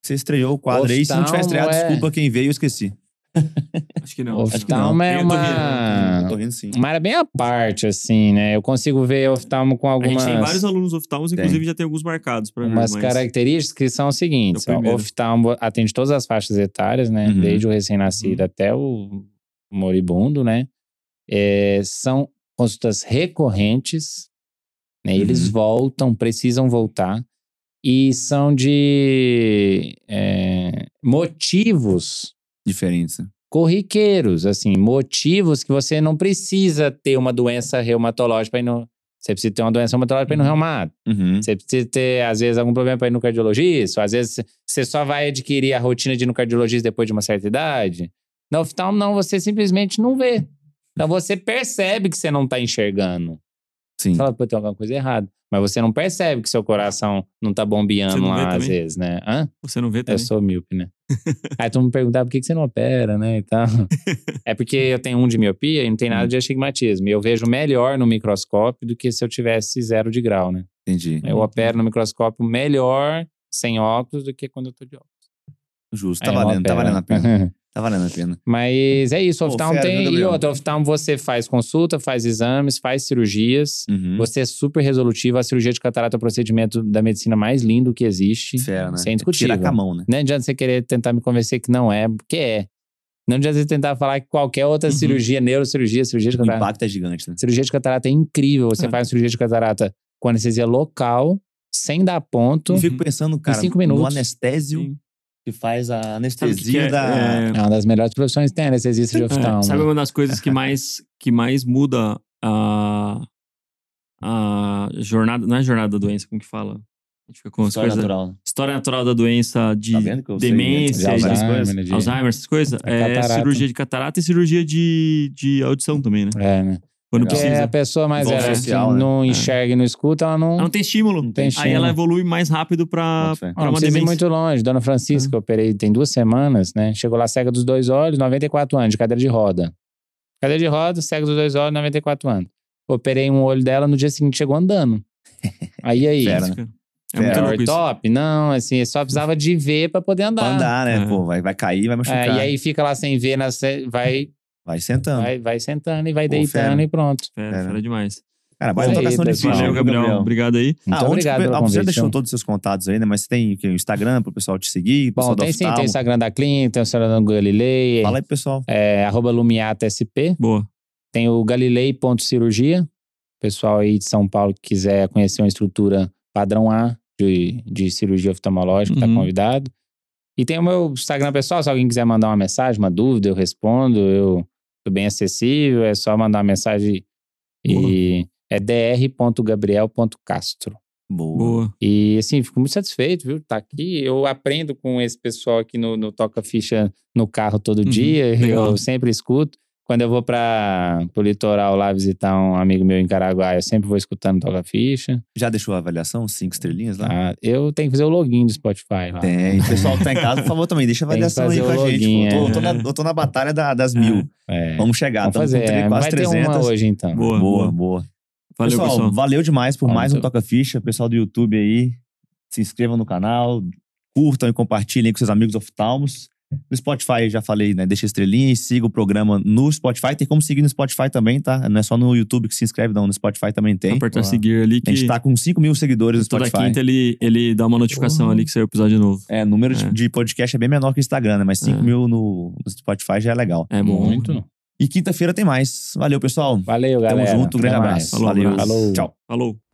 A: Você estreou o quadro aí, se não tiver
C: Oftalmo
A: estreado,
C: é-
A: desculpa quem veio, eu esqueci.
B: Acho que não.
C: O
B: acho que não.
C: oftalmo é
B: Eu tô rindo,
A: Ah.
B: né?
C: uma-
A: Hum, Eu tô rindo sim.
C: Mas era bem à parte, assim, né? Eu consigo ver oftalmo com
B: A gente
C: algumas,
B: tem vários alunos oftalmos,
A: Tem.
B: inclusive já tem alguns marcados pra mim.
C: algumas
B: mas-
C: características que são as seguintes.
B: É o
C: ó,
B: primeiro.
C: oftalmo atende todas as faixas etárias, né?
A: Uhum.
C: Desde o recém-nascido até o moribundo, né? É, são consultas recorrentes, né? Eles
A: Uhum.
C: voltam, precisam voltar. E são de é, motivos
A: Diferença.
C: corriqueiros, assim, motivos que você não precisa ter uma doença reumatológica para ir no. Você precisa ter uma doença reumatológica para ir no reumato.
A: Uhum.
C: Você precisa ter, às vezes, algum problema para ir no cardiologista. Ou às vezes, você só vai adquirir a rotina de ir no cardiologista depois de uma certa idade. Na oftalmo, não, você simplesmente não vê. Então você percebe que você não tá enxergando.
A: Sim.
C: Você fala, pô, tem alguma coisa errada. Mas você não percebe que seu coração não tá bombeando
B: Você não vê
C: lá, às
B: também?
C: vezes, né? Hã?
B: Você não vê
C: Eu
B: também?
C: sou míope,
A: *laughs*
C: né? Aí tu me perguntava por que, que você não opera, né? E tal. é porque eu tenho um de miopia e não tem nada
A: Hum.
C: de astigmatismo. E eu vejo melhor no microscópio do que se eu tivesse zero de grau, né?
A: Entendi.
C: Eu opero no microscópio melhor sem óculos do que quando eu tô de óculos.
A: Justo.
C: Aí
A: Tá
C: eu
A: valendo, tá
C: opero. né?
A: valendo a *laughs* pena. Tá valendo a pena.
C: *laughs* Mas é isso, o
A: Pô,
C: oftalmo
A: fera, viu,
C: tem. E
A: Gabriel?
C: outra, oftalmo você faz consulta, faz exames, faz cirurgias.
A: Uhum.
C: Você é super resolutivo. A cirurgia de catarata é o procedimento da medicina mais lindo que existe.
A: Fera, né?
C: Isso é indiscutível.
A: Tirar com a mão, né?
C: Não adianta você querer tentar me convencer que não é, porque é. Não adianta você tentar falar que qualquer outra
B: Uhum.
C: cirurgia, neurocirurgia, cirurgia de
A: O
C: catarata.
A: impacto é gigante, né?
C: Cirurgia de catarata é incrível. Você
B: É.
C: faz uma cirurgia de catarata com anestesia local, sem dar ponto.
A: Eu
B: Uhum.
A: fico pensando, cara,
C: cinco
A: no
C: minutos.
A: anestésio
B: Sim.
A: que faz a
B: Sabe o que que
A: anestesia
B: é?
A: da.
B: É,
C: É uma das melhores profissões que tem anestesista de oftalmo.
B: É, sabe uma das coisas que mais, que mais muda a, a jornada. Não é jornada da doença, como que fala? A gente fica com as
A: História
B: coisas.
A: natural.
B: História natural da doença de
A: Tá vendo que eu sei
B: demência,
A: várias
C: de
A: coisas?
C: Alzheimer, de-
B: Alzheimer, essas coisas.
C: É
B: É,
C: catarata.
B: cirurgia de catarata e cirurgia de, de audição também, né?
C: É, né?
B: Quando
A: Legal. É.
C: Porque
B: precisa.
C: a pessoa mais
A: Envolve
C: velha que
A: social, né?
C: não enxerga e não escuta, ela não.
B: É. Ela não tem estímulo.
A: Não
C: tem
B: Aí
C: estímulo.
B: ela evolui mais rápido pra,
A: Bota fé.
C: Ah,
B: pra
C: não
B: uma
C: precisa ir
B: demência.
C: muito longe. Dona Francisca, eu operei tem duas semanas, né? Chegou lá cega dos dois olhos, 94 anos, de cadeira de roda. Cadeira de roda, cega dos dois olhos, 94 anos. Operei um olho dela, no dia seguinte chegou andando. Aí aí.
A: Fera,
B: Isso,
A: né?
B: cara. É
A: Fera.
B: muito louco isso.
C: top? Não, assim, só precisava de ver pra poder
A: Pra
C: andar.
A: andar, né?
B: É.
A: Pô, vai, vai cair, vai
C: Ah, É,
A: machucar.
C: e aí fica lá sem ver, na se- vai,
A: Vai sentando.
C: vai, vai sentando e vai
A: Pô,
C: deitando
A: fera.
C: e pronto.
B: Fera,
A: Fera. Tá então
B: fera demais.
A: Cara, baita
C: Mas aí,
A: tocação de
C: pessoal.
A: ficha,
B: Valeu,
A: viu,
B: Gabriel. Obrigado aí.
C: Muito
A: Ah, onde
C: obrigado
A: que,
C: pelo
A: ah, você já
C: convite.
A: deixou
C: então.
A: todos os seus contatos aí, né? Mas tem o quê? o Instagram pro pessoal te seguir, pro
C: Bom,
A: pessoal do
C: tem sim, tem o
A: oftalmo.
C: Instagram da Clean, tem o Instagram do Galilei,
A: Fala aí, pessoal.
C: é, arroba Lumiata SP.
B: Boa.
C: Tem o galilei.cirurgia. Pessoal aí de São Paulo que quiser conhecer uma estrutura padrão A de, de cirurgia oftalmológica, está
B: Uhum.
C: convidado. E tem o meu Instagram pessoal, se alguém quiser mandar uma mensagem, uma dúvida, eu respondo. Eu sou bem acessível, é só mandar uma mensagem e é dr.gabriel.castro.
A: Boa.
B: Boa.
C: E assim, fico muito satisfeito, viu? Tá aqui. Eu aprendo com esse pessoal aqui no, no Toca Ficha no carro todo
B: Uhum,
C: dia. *laughs*
B: legal.
C: Eu sempre escuto. Quando eu vou para o litoral lá visitar um amigo meu em Caraguá, eu sempre vou escutando Toca Ficha.
A: Já deixou a avaliação? Cinco estrelinhas lá?
C: Ah, eu tenho que fazer o login do Spotify lá.
A: Tá. Tem. Pessoal que tá em casa, por favor, também deixa a
C: Ah, Tem que
A: avaliação aí
C: fazer
A: com a
C: o
A: gente. pô.
C: login,
A: Eu tô, eu tô
B: é.
A: na, eu tô na batalha da- das mil.
C: É.
A: Vamos chegar.
C: Vamos
A: Estamos com
C: fazer.
A: tre-
C: é,
A: quase
C: Vai ter
A: 300.
C: uma hoje, então.
A: boa,
B: Boa, boa.
A: boa.
B: Valeu,
A: pessoal,
B: pessoal.
A: valeu demais por
C: Valeu.
A: mais um Toca Ficha. Pessoal do YouTube aí, se inscrevam no canal, curtam e compartilhem com seus amigos oftalmos. No Spotify, já falei, né? Deixa estrelinha e siga o programa no Spotify. Tem como seguir no Spotify também, tá? Não é só no YouTube que se inscreve, não. No Spotify também tem.
B: Apertar
C: Boa.
B: seguir ali
A: A gente
B: que
A: tá com 5 mil seguidores no
B: toda
A: Spotify.
B: quinta ele, ele dá uma notificação
C: Porra.
B: ali que saiu o episódio novo.
A: É, número de-
B: É.
A: de podcast é bem menor que o Instagram, né? Mas 5
B: É.
A: mil no, no Spotify já é legal.
B: É bom.
C: Muito.
A: E quinta-feira tem mais. Valeu, pessoal. Tamo
C: Valeu, galera.
A: junto, um grande
C: Até
A: abraço.
C: mais.
B: Falou,
A: Valeu.
B: abraço.
A: Tchau.
B: Falou.